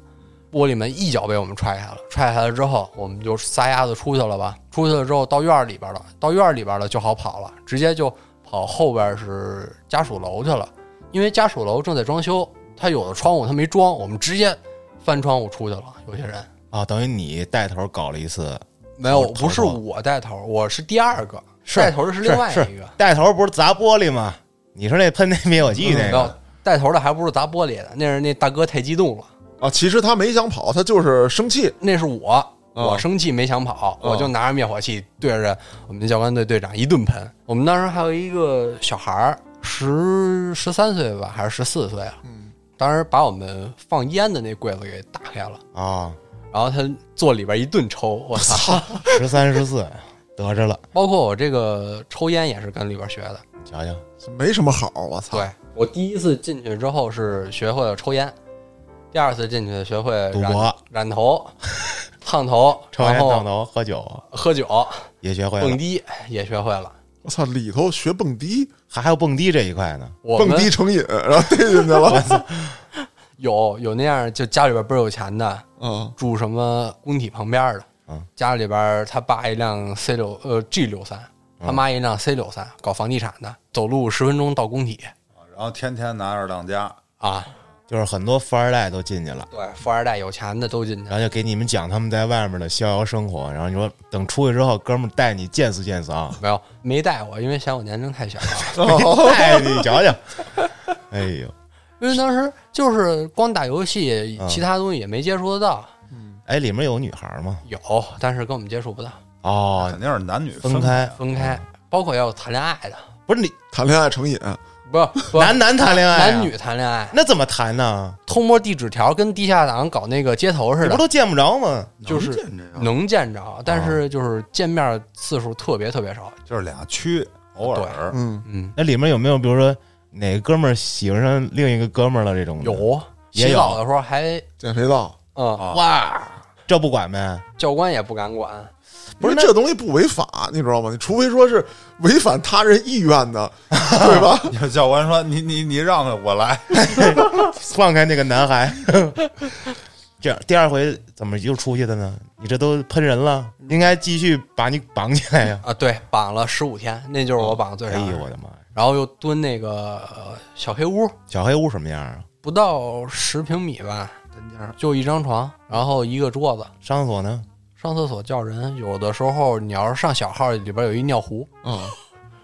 玻璃门一脚被我们踹开了。踹开了之后，我们就撒丫子出去了吧。出去了之后到院儿里边了，到院儿里边了就好跑了，直接就跑后边是家属楼去了。因为家属楼正在装修，他有的窗户他没装，我们直接翻窗户出去了。有些人啊，等于你带头搞了一次，没有，逃不是跑我带头，我是第二个，是带头的是另外一个。带头不是砸玻璃吗？你是那喷那灭火器那没有个？带头的还不是砸玻璃的，那是那大哥太激动了。啊，其实他没想跑，他就是生气。那是我，哦我生气没想跑，哦我就拿着灭火器对着我们的教官队队长一顿喷。我们当时还有一个小孩儿，十十三岁吧，还是十四岁啊？嗯，当时把我们放烟的那柜子给打开了，啊，然后他坐里边一顿抽，我操！十三十四，得着了，包括我这个抽烟也是跟里边学的。瞧瞧，没什么好，我操！对，我第一次进去之后是学会了抽烟，第二次进去学会赌染博、染头、 烫头，抽烟、然烫后头、喝酒喝酒、也学会蹦了，迪也学会了。我操，里头学蹦迪，还还有蹦迪这一块呢。我蹦们迪成瘾，然后逮进去了。有有那样，就家里边倍儿有钱的，啊，住什么工体旁边的，嗯家里边他爸一辆 C 六呃 G 六三，嗯他妈一辆 C 六三，搞房地产的，走路十分钟到工体然后天天拿着当家，啊。就是很多富二代都进去了，对，富二代有钱的都进去然，后就给你们讲他们在外面的逍遥生活。然后你说等出去之后，哥们儿带你见识见识啊，没有没带我，因为嫌我年龄太小 了。带你瞧瞧。哎呦，因为当时就是光打游戏嗯，其他东西也没接触得到，哎，里面有女孩吗？有，但是跟我们接触不到，哦肯，定是男女分开分开，嗯包括要有谈恋爱的，不是你谈恋爱成瘾，不是不是男男谈恋爱啊，男女谈恋爱，那怎么谈呢？偷摸递纸条，跟地下党搞那个接头似你的不，都见不着吗？就是能见着呀能见着，哦但是就是见面次数特别特别少。就是俩区，偶尔嗯，嗯，那里面有没有比如说哪个哥们儿喜欢上另一个哥们儿了这种的？有嗯也有哦洗澡的时候还减肥皂，嗯，啊，哇，这不管呗？教官也不敢管。不是这东西不违法，你知道吗？你除非说是违反他人意愿的，对吧？ 有教官说你你你让着我来，放开那个男孩。 这样第二回怎么又出去的呢？你这都喷人了，应该继续把你绑起来呀！啊，对，绑了十五天，那就是我绑的最哎长呦我的。的妈呀！然后又蹲那个呃小黑屋，小黑屋什么样啊？不到十平米吧，单间儿，就一张床，然后一个桌子。上厕所呢？上厕所叫人，有的时候你要是上小号，里边有一尿壶，嗯，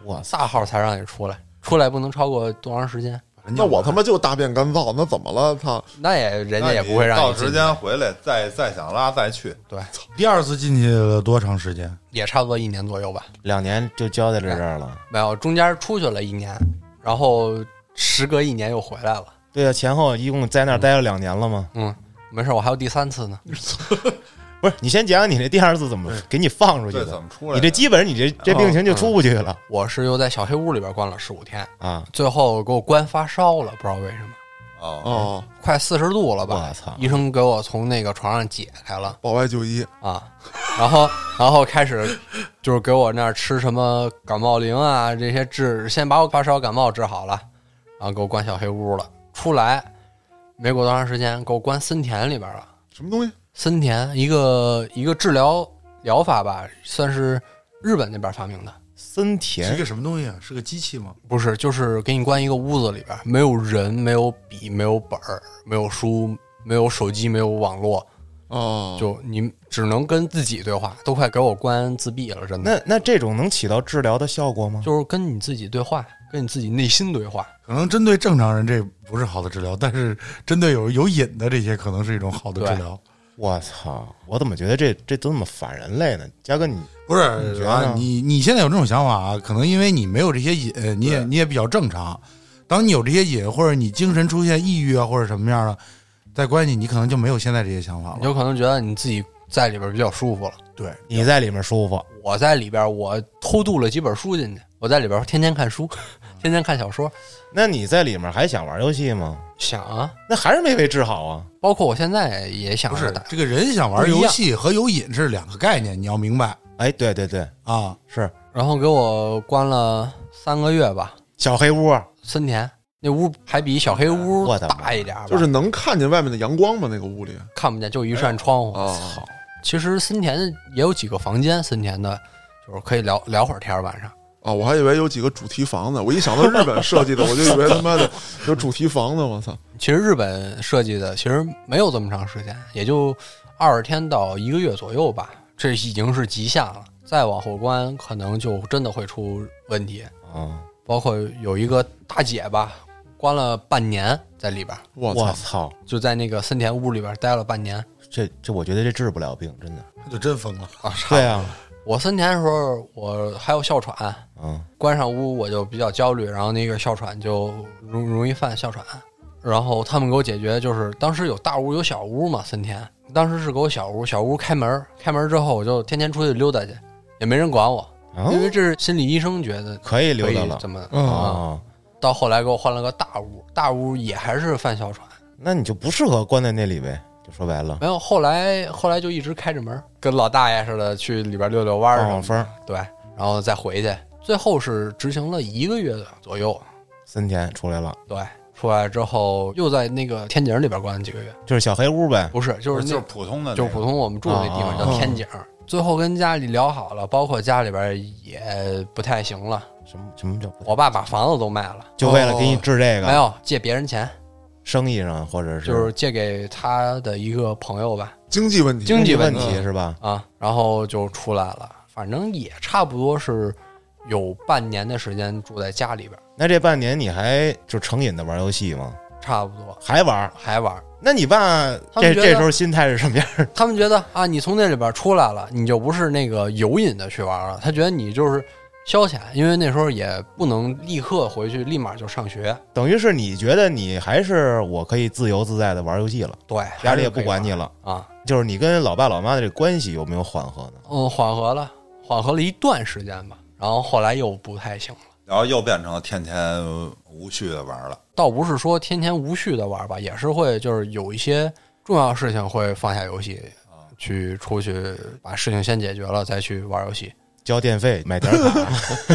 哇塞，大号才让你出来，出来不能超过多长时间。把人家那我他妈就大便干燥，那怎么了？操，那也人家也不会让到进时间回来再再想拉再去。第二次进去了多长时间？也差不多一年左右吧。两年就交代在这儿哎了。没有，中间出去了一年，然后时隔一年又回来了。对啊，前后一共在那儿待了两年了吗？嗯，没事，我还有第三次呢。不是，你先讲讲你这第二次怎么给你放出去嗯对，怎的？么出来的？你这基本你这这病情就出不去了我是又在小黑屋里边关了十五天，嗯啊！最后给我关发烧了，不知道为什么，哦，哦，快四十度了吧我？操，医生给我从那个床上解开了保外就医，啊，然后然后开始就是给我那儿吃什么感冒灵啊这些治，先把我发烧感冒治好了，然后给我关小黑屋了。出来没过多长时间，给我关森田里边了。什么东西？森田一个一个治疗疗法吧，算是日本那边发明的，森是田个什么东西啊？是个机器吗？不是，就是给你关一个屋子里边，没有人，没有笔，没有本儿，没有书，没有手机，没有网络，哦，就你只能跟自己对话，都快给我关自闭了，真的，那那这种能起到治疗的效果吗？就是跟你自己对话，跟你自己内心对话。可能针对正常人这不是好的治疗，但是针对有有瘾的这些，可能是一种好的治疗。我操，我怎么觉得这这都那么反人类呢？嘉哥你不是觉得啊呢，你你现在有这种想法啊？可能因为你没有这些瘾，你也你也比较正常。当你有这些瘾，或者你精神出现抑郁啊，或者什么样的，在关系你可能就没有现在这些想法你了。有可能觉得你自己在里边比较舒服了。对，你在里面舒服，我在里边，我偷渡了几本书进去，我在里边天天看书， 天天看小说，那你在里面还想玩游戏吗？想啊，那还是没被治好啊！包括我现在也想不着是打这个人想玩游戏和有瘾是两个概念，你要明白哎，对对对，啊。是然后给我关了三个月吧，小黑屋，啊森田那屋还比小黑屋我的妈大一点吧，就是能看见外面的阳光吗？那个屋里？看不见，就一扇窗户。哦操！其实森田也有几个房间，森田的就是可以聊聊会儿天儿，晚上啊，我还以为有几个主题房呢。我一想到日本设计的，我就以为他妈的有主题房呢。我操！其实日本设计的其实没有这么长时间，也就二十天到一个月左右吧，这已经是极限了。再往后关，可能就真的会出问题。哦啊！包括有一个大姐吧，关了半年在里边儿，我我操！操，就在那个森田屋里边儿待了半年。这这我觉得这治不了病，真的。他就真疯了，啊，差不多对啊，我森田的时候，我还有哮喘，嗯，关上屋我就比较焦虑，然后那个哮喘就容容易犯哮喘。然后他们给我解决就是，当时有大屋有小屋嘛，森田当时是给我小屋，小屋开门，开门之后我就天天出去溜达去，也没人管我，啊因为这是心理医生觉得可以可溜达以了怎么啊、啊。到后来给我换了个大屋，大屋也还是犯哮喘，那你就不适合关在那里呗，就说白了，没有后来后来就一直开着门，跟老大爷似的去里边溜溜弯儿什放么放的风。对，然后再回去。最后是执行了一个月左右，森田出来了，对，出来之后又在那个天井里边关了几个月，就是小黑屋呗。不是，就就是是那就是普通的那个，就是普通我们住的那地方叫天井。最后跟家里聊好了，包括家里边也不太行了，什么什么叫我爸把房子都卖了，就为了给你治这没个有借别人钱，生意上或者是哦哎就是借给他的一个朋友吧，经济问题，经济问问题是吧？啊，然后就出来了，反正也差不多是有半年的时间住在家里边，那这半年你还就成瘾的玩游戏吗？差不多还玩？还玩。那你爸他这们觉得这时候心态是什么样？ 他们觉得啊，你从那里边出来了，你就不是那个有瘾的去玩了。他觉得你就是消遣，因为那时候也不能立刻回去，立马就上学。等于是你觉得你还是我可以自由自在的玩游戏了，对，家里也不管你了。啊。就是你跟老爸老妈的这关系有没有缓和呢？嗯，缓和了，缓和了一段时间吧。然后后来又不太行了，然后又变成了天天无序的玩了。倒不是说天天无序的玩吧，也是会就是有一些重要事情会放下游戏，去出去把事情先解决了再去玩游戏，交电费，买点 儿卡，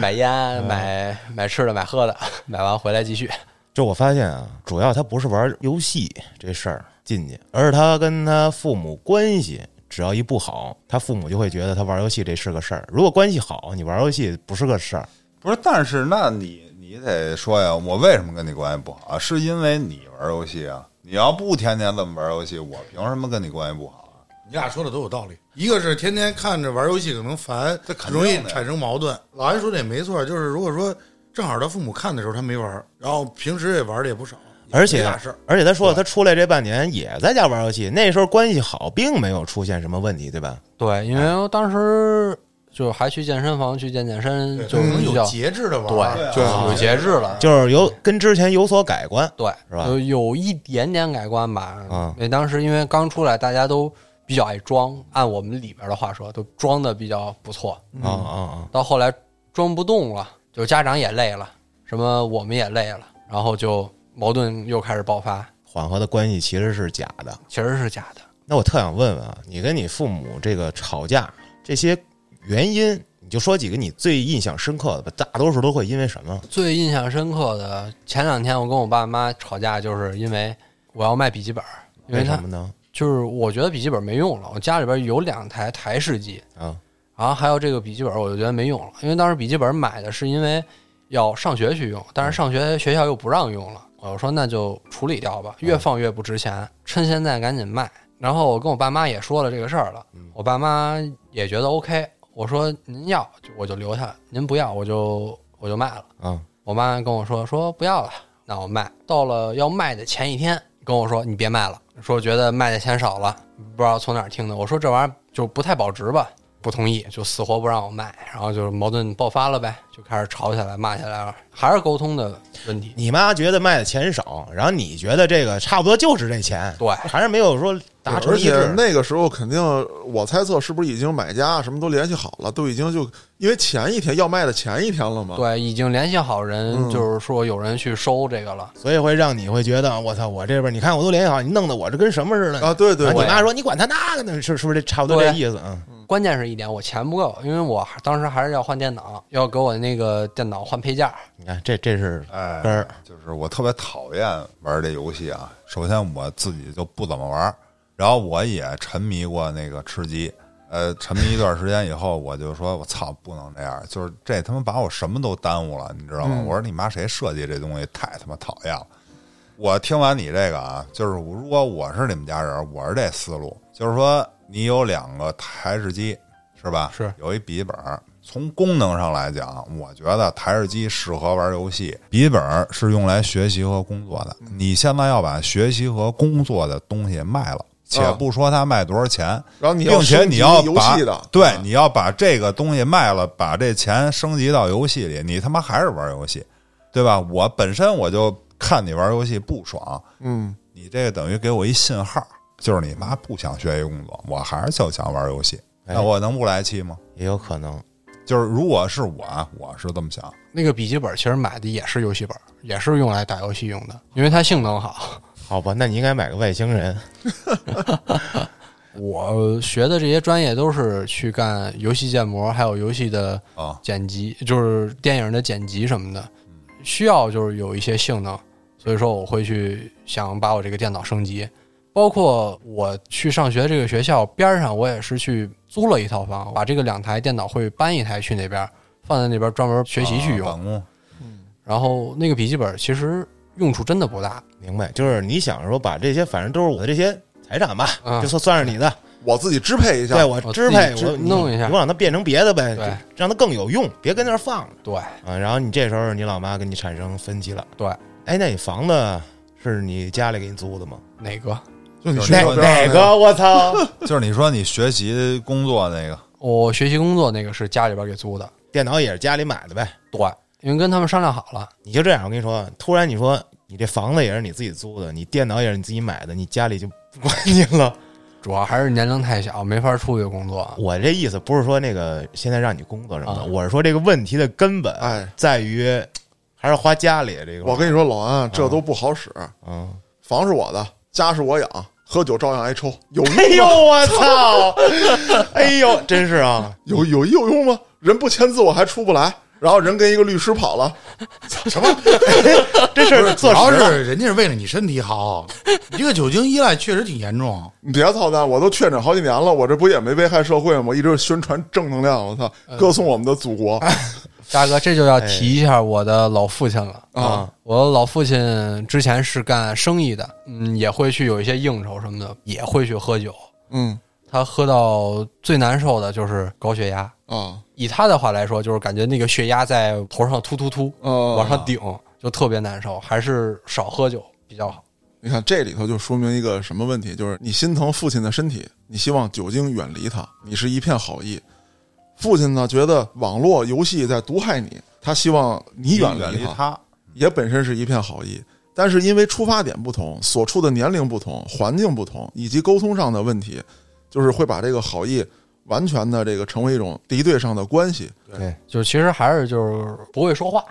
买烟、买买吃的、买喝的， 买完回来继续。就我发现啊，主要他不是玩游戏这事儿进去，而是他跟他父母关系只要一不好，他父母就会觉得他玩游戏这是个事儿。如果关系好，你玩游戏不是个事儿。不是，但是那你你得说呀，我为什么跟你关系不好啊？是因为你玩游戏啊？你要不天天这么玩游戏，我凭什么跟你关系不好啊？你俩说的都有道理，一个是天天看着玩游戏可能烦，这肯定容的易呀产生矛盾。老安说的也没错，就是如果说正好他父母看的时候他没玩儿，然后平时也玩的也不少，而也且没大事儿。而且他说他出来这半年也在家玩游戏，那时候关系好，并没有出现什么问题，对吧？对，因哎为我当时就还去健身房去健健身，就可能比较有节制的玩儿，对，对啊有节制了，就是有跟之前有所改观，对，是吧有有一点点改观吧。嗯啊因为当时因为刚出来，大家都比较爱装，按我们里边的话说，都装的比较不错。嗯啊啊啊！到后来装不动了，就家长也累了，什么我们也累了，然后就矛盾又开始爆发，缓和的关系其实是假的。其实是假的。那我特想问问啊，你跟你父母这个吵架这些原因，你就说几个你最印象深刻的吧。大多数都会因为什么？最印象深刻的，前两天我跟我爸妈吵架，就是因为我要卖笔记本儿，因为为他什么呢？就是我觉得笔记本没用了，我家里边有两台台式机，啊，然后还有这个笔记本，我就觉得没用了，因为当时笔记本买的是因为要上学去用，但是上学学校又不让用了，我说那就处理掉吧，越放越不值钱，趁现在赶紧卖。然后我跟我爸妈也说了这个事儿了，我爸妈也觉得 OK，我说您要就我就留下，您不要我就我就卖了。啊，我妈跟我说说不要了，那我卖。到了要卖的前一天，跟我说你别卖了，说觉得卖的钱少了，不知道从哪儿听的。我说这玩意儿就不太保值吧，不同意，就死活不让我卖，然后就是矛盾爆发了呗，就开始吵起来、骂起来了，还是沟通的问题。你妈觉得卖的钱少，然后你觉得这个差不多就是这钱，对还是没有说达嗯成而一且致。那个时候肯定，我猜测是不是已经买家什么都联系好了，都已经就因为前一天要卖的前一天了嘛。对，已经联系好人，嗯就是说有人去收这个了。所以会让你会觉得，我操，我这边你看我都联系好，你弄得我这跟什么似的啊，对对然后对你妈说你管他那个呢，是是不是这差不多这对意思啊？嗯关键是一点，我钱不够，因为我还当时还是要换电脑，要给我那个电脑换配件儿。你看这这是哎，根儿，就是我特别讨厌玩这游戏啊。首先我自己就不怎么玩，然后我也沉迷过那个吃鸡，呃，沉迷一段时间以后，我就说我操，不能这样，就是这他妈把我什么都耽误了，你知道吗？我说你妈谁设计这东西，太他妈讨厌了。我听完你这个啊，就是我如果我是你们家人，我是这思路，就是说你有两个台式机是吧？是有一笔记本儿。从功能上来讲，我觉得台式机适合玩游戏，笔记本儿是用来学习和工作的。你现在要把学习和工作的东西卖了，且啊不说它卖多少钱，然后你并且升你级要游把戏的，对啊，你要把这个东西卖了，把这钱升级到游戏里，你他妈还是玩游戏，对吧？我本身我就看你玩游戏不爽，嗯，你这个等于给我一信号，就是你妈不想学习工作，我还是就想玩游戏，哎那我能不来气吗？也有可能。就是如果是我啊，我是这么想，那个笔记本其实买的也是游戏本，也是用来打游戏用的，因为它性能好。好吧，那你应该买个外星人。我学的这些专业都是去干游戏建模，还有游戏的啊剪辑，就是电影的剪辑什么的，需要就是有一些性能，所以说我会去想把我这个电脑升级。包括我去上学这个学校边儿上，我也是去租了一套房，把这个两台电脑会搬一台去那边，放在那边专门学习去啊用。办公，然后那个笔记本其实用处真的不大，明白，就是你想说把这些，反正都是我的这些财产吧，啊就算算是 你的，我自己支配一下对，我支配我自己我支弄一下你我让它变成别的呗，对就让它更有用，别跟那儿放着对。啊。然后你这时候你老妈跟你产生分歧了，对，哎，那你房子是你家里给你租的 吗？哪个？就你就是学哪那校个这样哪的个？哎我操，就是你说你学习工作那个，我学习工作那个是家里边给租的， 电脑也是家里买的呗。对，因为跟他们商量好了，你就这样，我跟你说，突然你说你这房子也是你自己租的，你电脑也是你自己买的，你家里就不管你了。主要还是年龄太小，没法出去工作。我这意思不是说那个现在让你工作什么的，啊我是说这个问题的根本哎在于还是花家里这个。我跟你说，老安，这都不好使，嗯，房是我的，家是我养，喝酒照样挨抽，有哎用呦吗？我操，哎呦，真是啊，有有有用吗？人不签字我还出不来，然后人跟一个律师跑了，什么？这事儿主做要实了。是人家是为了你身体好，你这个酒精依赖确实挺严重。你别操蛋！我都确诊好几年了，我这不也没危害社会吗？我一直宣传正能量，我操，歌颂我们的祖国。大哥，这就要提一下我的老父亲了。啊，我老父亲之前是干生意的，嗯，也会去有一些应酬什么的，也会去喝酒。嗯他喝到最难受的就是高血压，啊以他的话来说，就是感觉那个血压在头上突突突呃，往上顶，就特别难受，还是少喝酒比较好。你看这里头就说明一个什么问题，就是你心疼父亲的身体，你希望酒精远离他，你是一片好意。父亲呢，觉得网络游戏在毒害你，他希望你远远离离他，他，也本身是一片好意。但是因为出发点不同、所处的年龄不同、环境不同，以及沟通上的问题，就是会把这个好意完全的这个成为一种敌对上的关系。对，就其实还是就是不会说话，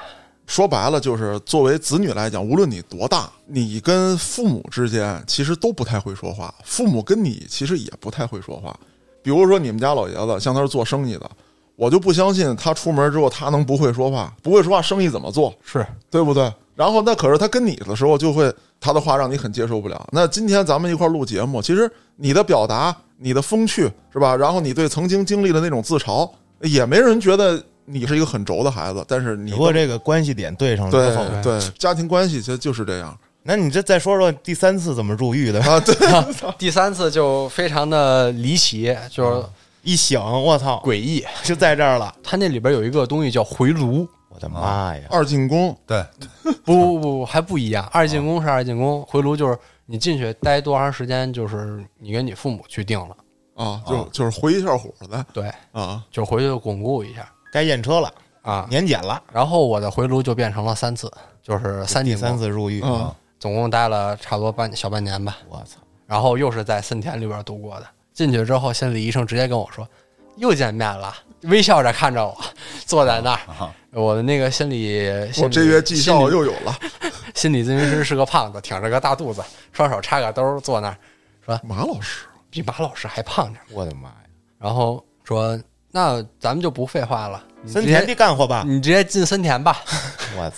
说白了，就是作为子女来讲，无论你多大，你跟父母之间其实都不太会说话，父母跟你其实也不太会说话。比如说你们家老爷子，像他是做生意的，我就不相信他出门之后他能不会说话，不会说话生意怎么做？是对不对？然后那可是他跟你的时候，就会他的话让你很接受不了。那今天咱们一块儿录节目，其实你的表达、你的风趣是吧？然后你对曾经经历的那种自嘲，也没人觉得你是一个很轴的孩子。但是你只不过这个关系点对上了之后，对对家庭关系其实就是这样那你这再说说第三次怎么入狱的？啊。对， 第三次就非常的离奇，就是 一想，我操，诡异。就在这儿了！它那里边有一个东西叫回炉，我的妈呀！二进宫对，不不不不，还不一样。二进宫是二进宫，回炉就是你进去待多长时间，就是你跟你父母去定了。啊，就就是回一下火的对，啊。就回去巩固一下该验车了，啊。年检了，然后我的回炉就变成了三次，就是三第进宫三，次入狱嗯啊！总共待了差不多半小半年吧。我操，然后又是在森田里边度过的。进去之后，心理医生直接跟我说：“又见面了。”微笑着看着我，坐在那儿。啊我的那个心理，心我理这月绩效心理又有了，心理咨询师是个胖子，挺着个大肚子，双手插个兜儿坐那儿，马老师比马老师还胖点儿。我的妈呀！然后说：“那咱们就不废话了，你森直接田地干活吧！你直接进森田吧。”我操，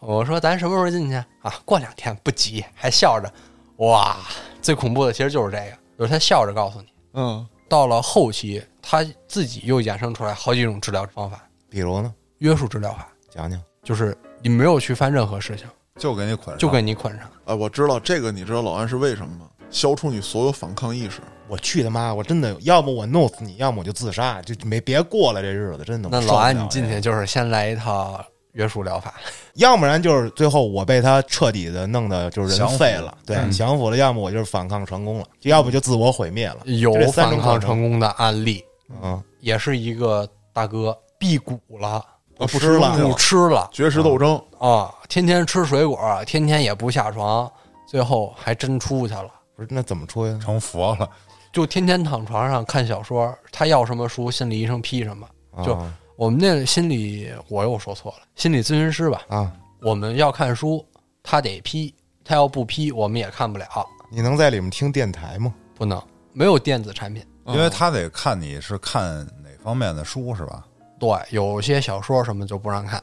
我说咱什么时候进去啊？过两天不急，还笑着。哇，最恐怖的其实就是这个，就是他笑着告诉你，嗯到了后期他自己又衍生出来好几种治疗方法，比如呢？约束治疗法，讲讲，就是你没有去犯任何事情，就给你捆上，就给你捆上。啊，我知道这个，你知道老安是为什么吗？消除你所有反抗意识。我去他妈！我真的，要么我弄死你，要么我就自杀，就没别过了这日子，真的。那我受老安，不了你进这去个，就是先来一套约束疗法，要不然就是最后我被他彻底的弄得就是人降服废了，对，嗯降服了；要么我就是反抗成功了，就要不就自我毁灭了。有就这三反种抗可能成，功的案例，嗯，也是一个大哥辟谷哦了，啊，不吃了东西不吃了绝食斗争，啊，天天吃水果，天天也不下床，最后还真出去了。不是那怎么出呀？成佛了。就天天躺床上看小说，他要什么书，心理医生批什么。就啊我们那心理，我又说错了，心理咨询师吧，啊，我们要看书，他得批，他要不批，我们也看不了，你能在里面听电台吗？不能没有电子产品。因为他得看你是看哪方面的书是吧？对，有些小说什么就不让看。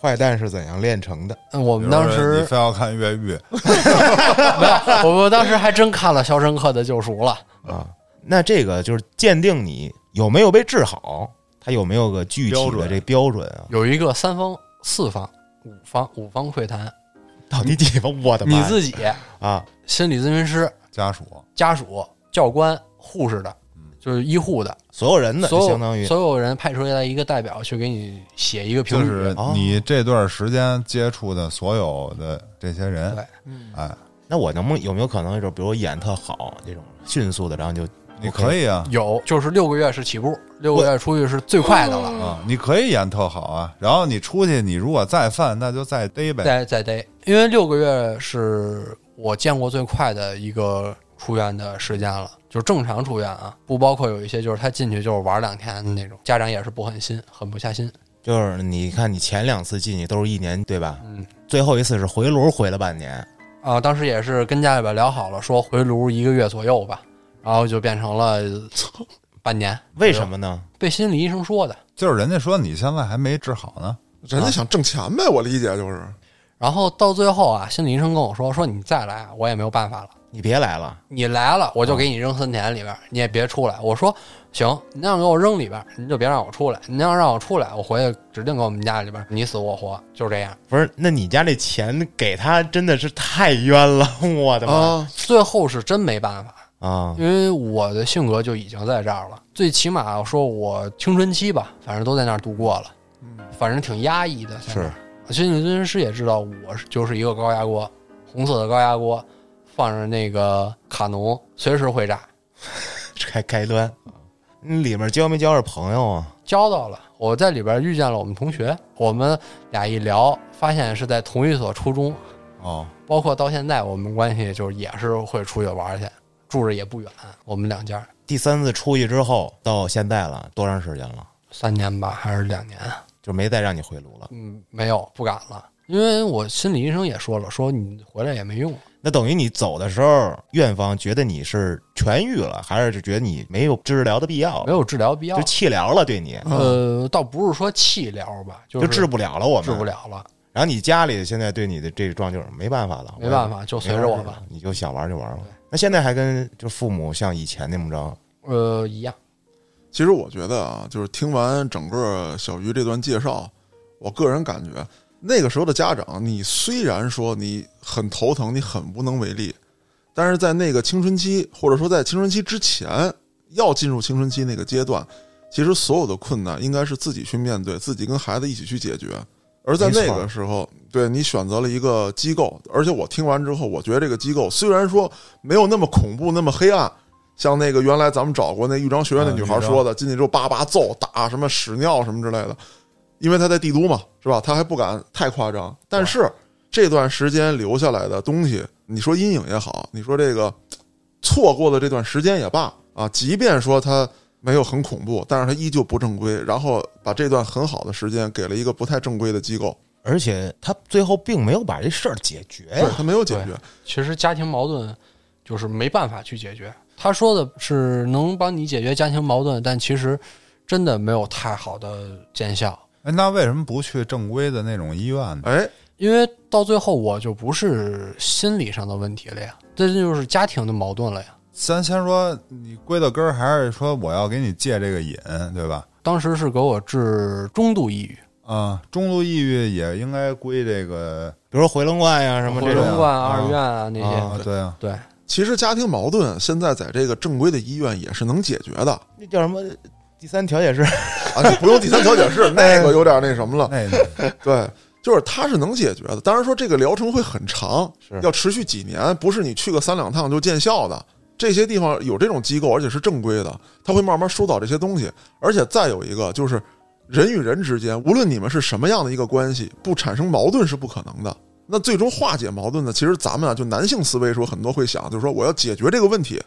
坏蛋是怎样炼成的？嗯我我们当时你非要看 越狱，没有，我们当时还真看了《肖申克的救赎》了。啊，那这个就是鉴定你有没有被治好，它有没有个具体标的准这标准啊？有一个三方、四方、五方五方会谈，到底几方？我的妈你呀！自己、啊，心理咨询师、家属家属、教官、护士的，嗯就是医护的，所有人的所嗯有相当于所有人派出来一个代表去给你写一个评就语，是哦你这段时间接触的所有的这些人对，哎，那我能不能有没有可能就是比如演特好这种迅速的，然后就你可以以啊，有就是六个月是起步，六个月出去是最快的了，嗯啊，你可以演特好啊。然后你出去，你如果再犯，那就再逮呗。再再逮，因为六个月是我见过最快的一个出院的时间了。就是正常出院啊，不包括有一些就是他进去就是玩两天的那种，家长也是不狠心，狠不下心。就是你看你前两次进去都是一年对吧？嗯，最后一次是回炉回了半年，啊，当时也是跟家里边聊好了，说回炉一个月左右吧，然后就变成了半年。为什么呢？被心理医生说的。就是人家说你现在还没治好呢，人家想挣钱呗，我理解就是然后到最后啊，心理医生跟我说：“说你再来，我也没有办法了。你别来了，你来了，我就给你扔森田里边，你也别出来。我说行，您要给我扔里边，您就别让我出来。您要让我出来，我回去指定给我们家里边你死我活，就这样。不是？那你家这钱给他真的是太冤了，我的妈啊，最后是真没办法，啊！因为我的性格就已经在这儿了。最起码说，我青春期吧，反正都在那儿度过了，反正挺压抑的。在那儿，心理咨询师也知道我是就是一个高压锅，红色的高压锅，放着那个卡农，随时会炸。开开端，你里面交没交着朋友啊？交到了，我在里边遇见了我们同学，我们俩一聊，发现是在同一所初中，哦，包括到现在我们关系就是也是会出去玩去，住着也不远，我们两家第三次出去之后到现在了，多长时间了？三年吧还是两年，就没再让你回炉了。嗯，没有不敢了，因为我心理医生也说了，说你回来也没用，那等于你走的时候，院方觉得你是痊愈了，还是就觉得你没有治疗的必要，没有治疗必要就，弃疗了？对你呃，倒不是说弃疗吧，就就是治不了了，我们治不。了了，然后你家里现在对你的这个状就是没办法了，没办法，就我也，随着我吧，，你就想玩就玩吧。那现在还跟就父母像以前那么着？呃，一样，其实我觉得啊，就是听完整个小鱼这段介绍，我个人感觉，那个时候的家长，你虽然说你很头疼，你很无能为力，但是在那个青春期，或者说在青春期之前，要进入青春期那个阶段，其实所有的困难应该是自己去面对，自己跟孩子一起去解决。而在那个时候，对你选择了一个机构，而且我听完之后，我觉得这个机构虽然说没有那么恐怖、那么黑暗，像那个原来咱们找过那育章学院那女孩说的，进去之后叭叭揍、打什么屎尿什么之类的，因为她在帝都嘛，是吧？她还不敢太夸张，但是这段时间留下来的东西，你说阴影也好，你说这个错过的这段时间也罢啊，即便说它没有很恐怖，但是它依旧不正规，然后把这段很好的时间给了一个不太正规的机构，而且他最后并没有把这事儿解决对，它没有解决对。其实家庭矛盾就是没办法去解决。他说的是能帮你解决家庭矛盾，但其实真的没有太好的见效。哎，那为什么不去正规的那种医院呢？哎，因为到最后我就不是心理上的问题了呀，这就是家庭的矛盾了呀。咱先说，你归到根儿还是说我要给你戒这个瘾，对吧？当时是给我治中度抑郁，啊、中度抑郁也应该归这个比如说回龙观呀、什么回这种龙观、啊二院啊那些，啊，对啊，对，其实家庭矛盾现在在这个正规的医院也是能解决的那叫什么第三调解室，啊，你不用第三调解室，那个有点那什么了。那对，就是它是能解决的。当然说这个疗程会很长，要持续几年，不是你去个三两趟就见效的。这些地方有这种机构，而且是正规的，它会慢慢疏导这些东西。而且再有一个就是，人与人之间，无论你们是什么样的一个关系，不产生矛盾是不可能的。那最终化解矛盾呢？其实咱们啊，就男性思维说，很多会想，就是说我要解决这个问题，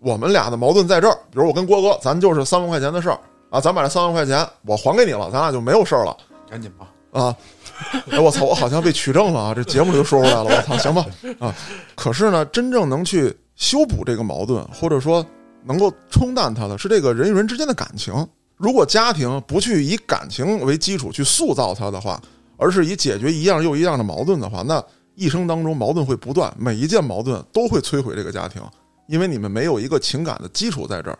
我们俩的矛盾在这儿。比如我跟郭哥，咱就是三万块钱的事儿啊，咱把这三万块钱我还给你了，咱俩就没有事儿了。 赶紧吧。啊！ 哎，我操，我好像被取证了啊！这节目里都说出来了，我操，行吧啊！可是呢，真正能去修补这个矛盾，或者说能够冲淡它的是这个人与人之间的感情。如果家庭不去以感情为基础去塑造它的话，而是以解决一样又一样的矛盾的话，那一生当中矛盾会不断，每一件矛盾都会摧毁这个家庭，因为你们没有一个情感的基础在这儿，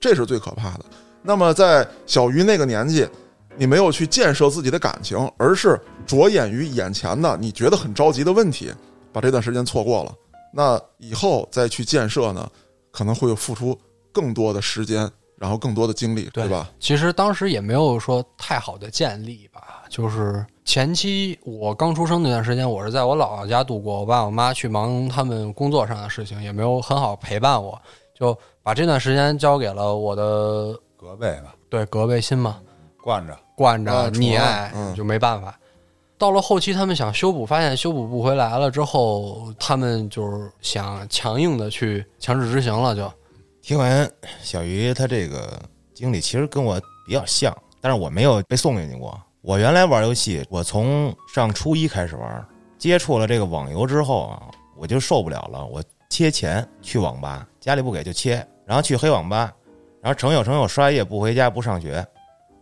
这是最可怕的。那么在小鱼那个年纪，你没有去建设自己的感情，而是着眼于眼前的你觉得很着急的问题，把这段时间错过了。那以后再去建设呢，可能会付出更多的时间，然后更多的精力，对对吧？其实当时也没有说太好的建立吧，就是前期我刚出生那段时间，我是在我姥姥家度过，我爸我妈去忙他们工作上的事情，也没有很好陪伴我，就把这段时间交给了我的隔辈吧，对隔辈亲嘛，惯着。惯着、啊宠溺爱爱、嗯就没办法。到了后期，他们想修补，发现修补不回来了之后，他们就是想强硬的去强制执行了就，听完小鱼他这个经历，其实跟我比较像，但是我没有被送进去过。我原来玩游戏，我从上初一开始玩，接触了这个网游之后啊，我就受不了了，我切钱去网吧，家里不给就切，然后去黑网吧，然后成宿成宿刷夜不回家不上学，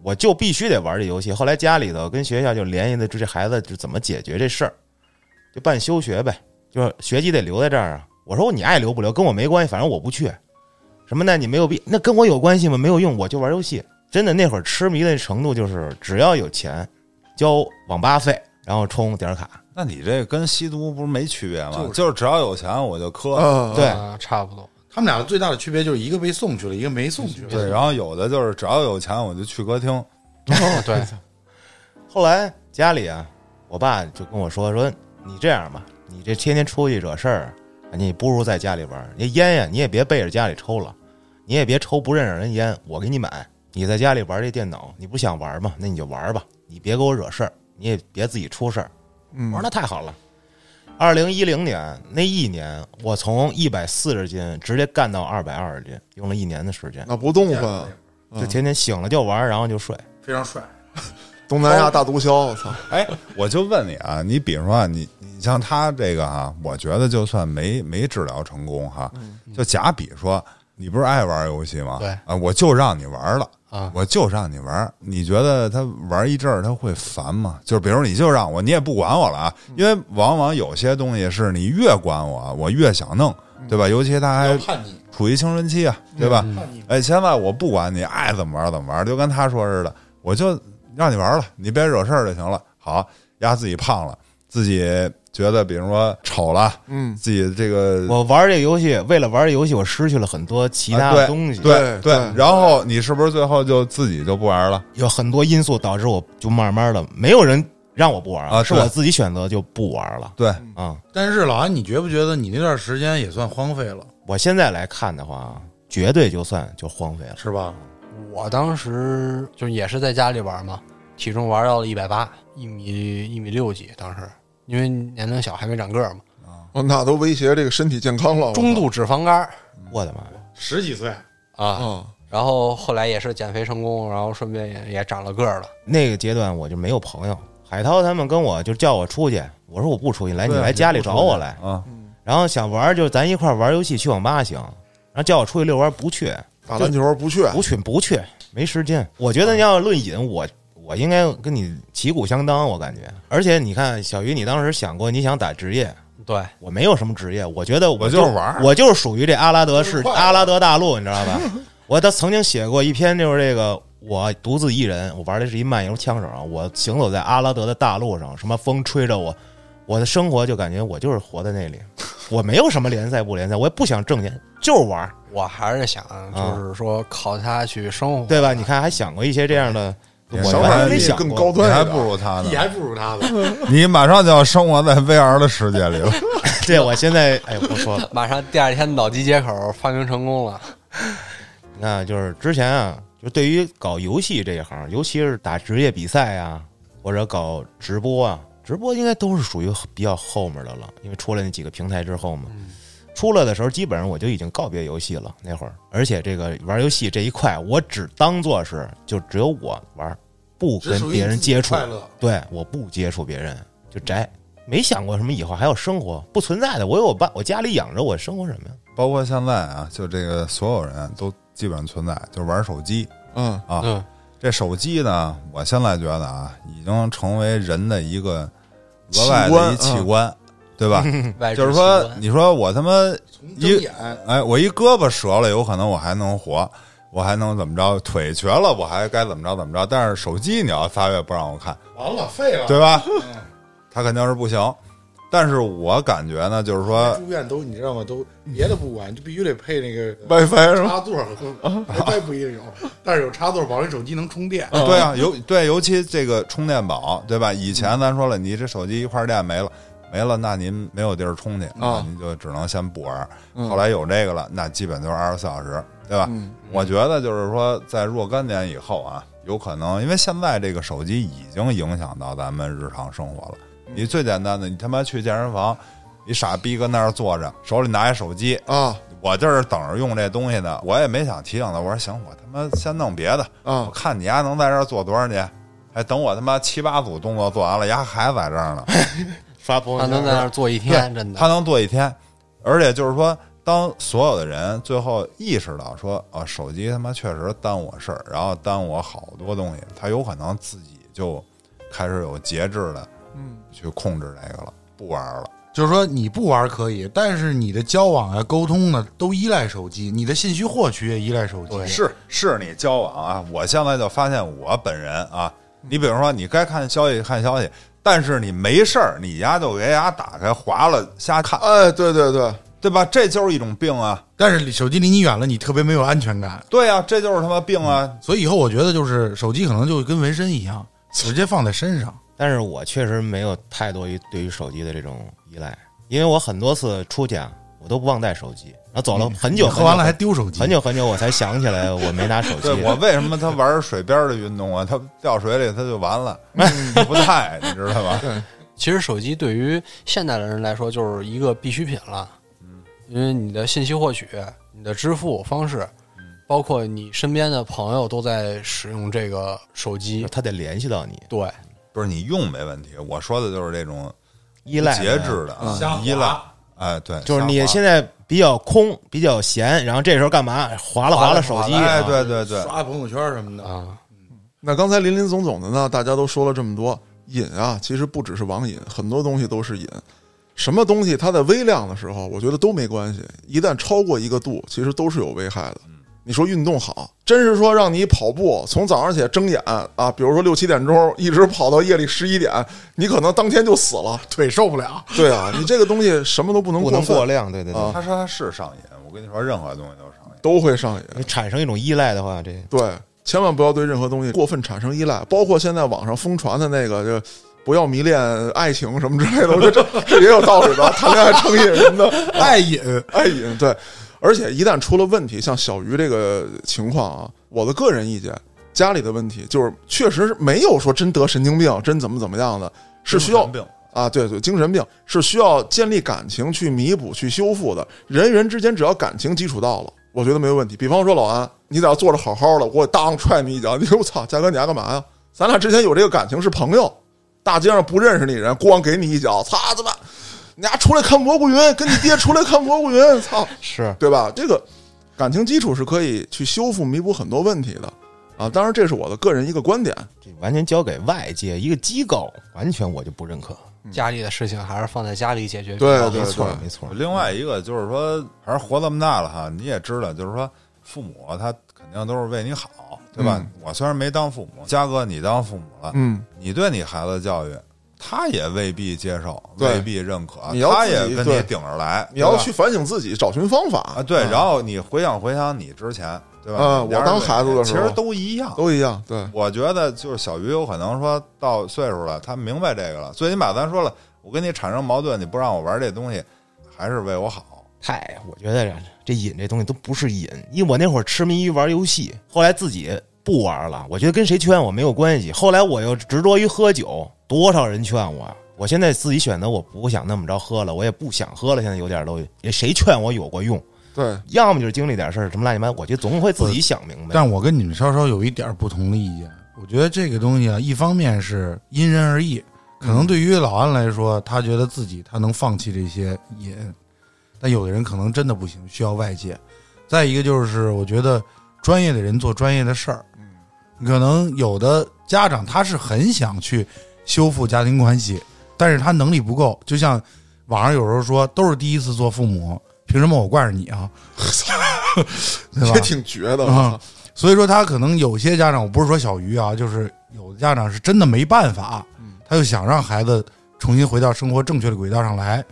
我就必须得玩这游戏。后来家里头跟学校就联系的，就这孩子就怎么解决这事儿，就办休学呗，就是学籍得留在这儿啊，我说你爱留不留跟我没关系，反正我不去。什么呢？你没有必那跟我有关系吗？没有用，我就玩游戏。真的那会儿痴迷的程度就是，只要有钱，交网吧费，然后充点儿卡。那你这跟吸毒不是没区别吗？就是哦只要有钱我就磕，嗯，对啊差不多。他们俩最大的区别就是一个被送去了，一个没送去。对，，然后有的就是只要有钱我就去歌厅，对，后来家里啊，我爸就跟我说说，你这样吧，你这天天出去惹事儿，啊你不如在家里玩儿。你烟呀，你也别背着家里抽了，你也别抽不认识人烟，我给你买。你在家里玩这电脑，你不想玩吗？那你就玩吧，你别给我惹事儿，你也别自己出事儿。我说那太好了。二零一零年那一年，我从一百四十斤直接干到二百二十斤，用了一年的时间，那不动啊分，就天天醒了就玩儿，然后就睡。非常帅。东南亚大毒枭，我操，哎，我就问你啊，你比如说啊，你你像他这个哈、啊我觉得就算没没治疗成功哈、就假比说你不是爱玩游戏吗？嗯对啊，我就让你玩了啊我就让你玩。你觉得他玩一阵儿他会烦吗？就是比如你就让我，你也不管我了啊，嗯因为往往有些东西是你越管我，我越想弄，嗯对吧？尤其他还叛逆，处于青春期啊，对吧？叛逆。哎，现在我不管你爱怎么玩怎么玩，就跟他说似的，我就让你玩了，你别惹事儿就行了。好，丫自己胖了，自己觉得比如说丑了，嗯，自己这个我玩这个游戏，为了玩这游戏，我失去了很多其啊他对的东西，对对对然后你是不是最后就自己就不玩了？有很多因素导致我就慢慢的没有人让我不玩啊是对我自己选择就不玩了对，啊、但是老安，你觉不觉得你那段时间也算荒废了，我现在来看的话，绝对就算就荒废了。是吧？我当时就也是在家里玩嘛，体重玩到了一百八，一米一米六几，当时因为年龄小还没长个儿嘛，哦那都威胁这个身体健康了，我操中度脂肪肝儿我的妈呀！十几岁，啊。嗯啊，然后后来也是减肥成功，然后顺便也也长了个儿了。那个阶段我就没有朋友，海涛他们跟我就叫我出去，我说我不出去，啊来你来家里找我来。啊！然后想玩就咱一块儿玩游戏，去网吧行。然后叫我出去遛弯不去，打篮球不去，不去不去，没时间。我觉得要论瘾，我我应该跟你旗鼓相当，我感觉。而且你看，小鱼，你当时想过你想打职业，对，我没有什么职业，我觉得我就就是玩儿我就是属于这阿拉德市快乐阿拉德大陆，你知道吧？我他曾经写过一篇，就是这个我独自一人，我玩的是一漫游枪手，啊我行走在阿拉德的大路上，什么风吹着我，我的生活就感觉我就是活在那里，我没有什么联赛不联赛，我也不想挣钱，就是玩儿，我还是想啊就是说靠它去生活。对吧？你看还想过一些这样的，哎我想想法法没力想更过高你端一点，还不如他呢，还不如他呢。你马上就要生活在 VR 的世界里了。对我现在哎不说了，马上第二天脑机接口发明成功了，你看就是之前啊，就对于搞游戏这一行，尤其是打职业比赛啊，或者搞直播啊，直播应该都是属于比较后面的了，因为出了那几个平台之后嘛。嗯出了的时候，基本上我就已经告别游戏了。那会儿，而且这个玩游戏这一块，我只当做是就只有我玩，不只属跟于别人自己接触快乐。对，我不接触别人，就宅，没想过什么以后还有生活，不存在的。我有我爸，我家里养着我，生活什么呀？包括现在啊，就这个所有人都基本上存在，就玩手机。嗯，啊。嗯这手机呢，我现在觉得啊，已经成为人的一个额器外的官嗯一器官，对吧？外就是置说器，官你说我他妈，从睁眼，哎，我一胳膊折了，有可能我还能活，我还能怎么着？腿瘸了，我还该怎么着怎么着？但是手机你要仨月不让我看，完了，废了对吧？嗯他肯定是不行。但是我感觉呢，就是说，住院都你知道吗？都别的不管，就必须得配那个 WiFi 是吧？插座，WiFi 不一定有，但是有插座，保证手机能充电。对啊，尤对，尤其这个充电宝，对吧？以前咱说了，你这手机一块电没了，没了，那您没有地儿充去，那您就只能先不玩。后来有这个了，那基本就是二十四小时，对吧？我觉得就是说，在若干年以后啊，有可能，因为现在这个手机已经影响到咱们日常生活了。你最简单的，你他妈去健身房，你傻逼跟那儿坐着，手里拿一手机，啊我这是等着用这东西呢，我也没想提醒他，我说行，我他妈先弄别的。我啊，看你丫能在这儿做多少年？哎，等我他妈七八组动作做完了，丫还在这儿呢。刷朋他友圈能在那儿坐一天，真他的。能做一天，而且就是说，当所有的人最后意识到说，啊，手机他妈确实耽误我事儿，然后耽误我好多东西，他有可能自己就开始有节制的，嗯，去控制这个了，不玩儿了。就是说你不玩可以，但是你的交往啊、沟通呢都依赖手机，你的信息获取也依赖手机。是是你交往啊，我现在就发现我本人啊，你比如说你该看消息看消息，但是你没事儿，你丫就给丫打开划了瞎看，哎，对对对，对吧？这就是一种病啊，但是手机离你远了，你特别没有安全感。对呀、这就是他妈病嗯啊！所以以后我觉得就是手机可能就跟纹身一样，直接放在身上。但是我确实没有太多于对于手机的这种依赖，因为我很多次出去啊，我都不忘带手机，然后走了很久，嗯你喝完了还很久丢手机，很久很久，我才想起来我没拿手机对。我为什么他玩水边的运动啊？他掉水里他就完了，嗯你不带，你知 道吧？其实手机对于现代的人来说就是一个必需品了，因为你的信息获取、你的支付方式，包括你身边的朋友都在使用这个手机。他得联系到你，对，不是你用没问题，我说的就是这种依赖嗯节制的瞎啊划，依赖。哎，对，就是你瞎划现在比较空，比较闲，然后这时候干嘛？划了了手机，啊哎，对对对，刷朋友圈什么的啊，那刚才林林总总的呢，大家都说了这么多，瘾啊，其实不只是网瘾，很多东西都是瘾。什么东西它在微量的时候，我觉得都没关系，一旦超过一个度，其实都是有危害的。你说运动好，真是说让你跑步，从早上起来睁眼啊，比如说六七点钟，一直跑到夜里十一点，你可能当天就死了。腿受不了。对啊，你这个东西什么都不能不过能分过量，对对对，啊，他说他是上瘾，我跟你说，任何东西都是上瘾。都会上瘾。你产生一种依赖的话，这对，千万不要对任何东西过分产生依赖，包括现在网上疯传的那个，就不要迷恋爱情什么之类的，我觉得这 这也有道理的，谈恋爱成瘾什么 的，爱瘾，爱瘾对。而且一旦出了问题，像小鱼这个情况啊，我的个人意见，家里的问题就是确实是没有说真得神经病，真怎么怎么样的，是需要精神病，啊，对对，精神病是需要建立感情去弥补、去修复的。人与人之间只要感情基础到了，我觉得没有问题。比方说老安，你只要坐着好好的，我当踹你一脚， 你说我操，嘉哥你要干嘛呀？咱俩之前有这个感情是朋友，大街上不认识你人，咣给你一脚，操他妈！你俩出来看蘑菇云，跟你爹出来看蘑菇云， 操！是对吧？这个感情基础是可以去修复、弥补很多问题的啊。当然，这是我的个人一个观点。这完全交给外界一个机构，完全我就不认可。家里的事情还是放在家里解决。对对没错对没错，另外一个就是说，还是活这么大了哈，你也知道，就是说父母他肯定都是为你好，对吧？嗯我虽然没当父母，嘉哥你当父母了，嗯，你对你孩子的教育，他也未必接受，对未必认可，你要他自也己跟对你顶着来，啊你要对吧去反省自己，找寻方法啊，对，然后你回想回想你之前，对吧？嗯你要我是当孩子的时候其实都一样，都一样。对，我觉得就是小鱼有可能说到岁数了，他明白这个了。最起码咱说了，我跟你产生矛盾，你不让我玩这东西，还是为我好。太，我觉得这这瘾这东西都不是瘾，因为我那会儿痴迷于玩游戏，后来自己不玩了，我觉得跟谁劝我没有关系。后来我又执着于喝酒，多少人劝我，我现在自己选择我不想那么着喝了，我也不想喝了，现在有点都也谁劝我有过用，对，要么就是经历点事儿什么乱七八糟，我觉得总会自己想明白。但我跟你们稍稍有一点不同的意见。我觉得这个东西啊，一方面是因人而异，可能对于老安来说，他觉得自己他能放弃这些瘾，但有的人可能真的不行，需要外界。再一个就是，我觉得专业的人做专业的事儿，可能有的家长他是很想去修复家庭关系，但是他能力不够。就像网上有时候说，都是第一次做父母，凭什么我惯着你啊？ 对吧也？挺绝的。啊所以说他可能有些家长，我不是说小鱼啊，就是有的家长是真的没办法，啊他就想让孩子重新回到生活正确的轨道上来，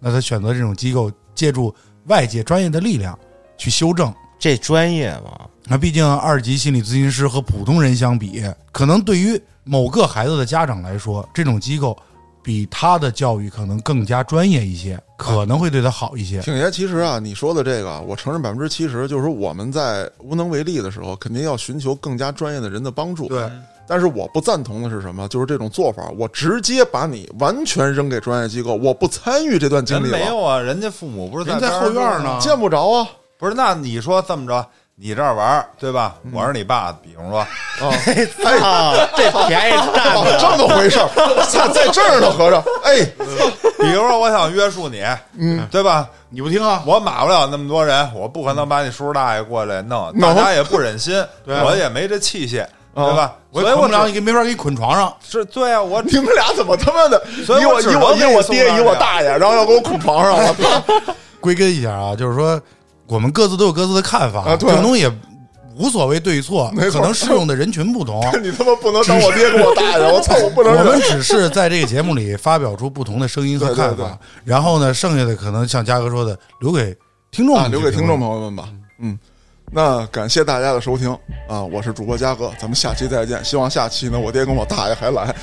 那他选择这种机构，借助外界专业的力量去修正。这专业嘛，那毕竟二级心理咨询师和普通人相比，可能对于某个孩子的家长来说，这种机构比他的教育可能更加专业一些，可能会对他好一些。挺爷，其实啊，你说的这个啊，我承认百分之七十，就是说我们在无能为力的时候，肯定要寻求更加专业的人的帮助。，对，但是我不赞同的是什么？就是这种做法，我直接把你完全扔给专业机构，我不参与这段经人历没了，有啊，人家父母不是人在在后院边儿呢，见不着啊不是，那你说这么着，你这儿玩儿对吧？嗯我是你爸，比方说， 啊！啊，这便宜占哦了。这么回事儿，在在这儿呢，合着，哎，比如说我想约束你，嗯，对吧？你不听啊？我码不了那么多人，我不可能把你叔叔大爷过来弄，弄大家也不忍心，我也没这器械，对吧？啊哦我所以也我捆不了只你，没法给你捆床上。是对啊，我你们俩怎么他妈的？ 所以以我我只以能我给以你我送爹上以我去大爷，然后要给我捆床上了。归根一下啊，就是说我们各自都有各自的看法，啊对这种东西也无所谓对错，没可错能适用的人群 不同。你他妈不能当我爹跟我大爷，我操，我不能我忍。们只是在这个节目里发表出不同的声音和对对看法，对然后呢，剩下的可能像嘉哥说的，留给听众、啊，留给听众。朋友们吧。嗯，那感谢大家的收听啊，我是主播嘉哥，咱们下期再见。希望下期呢，我爹跟我大爷还来。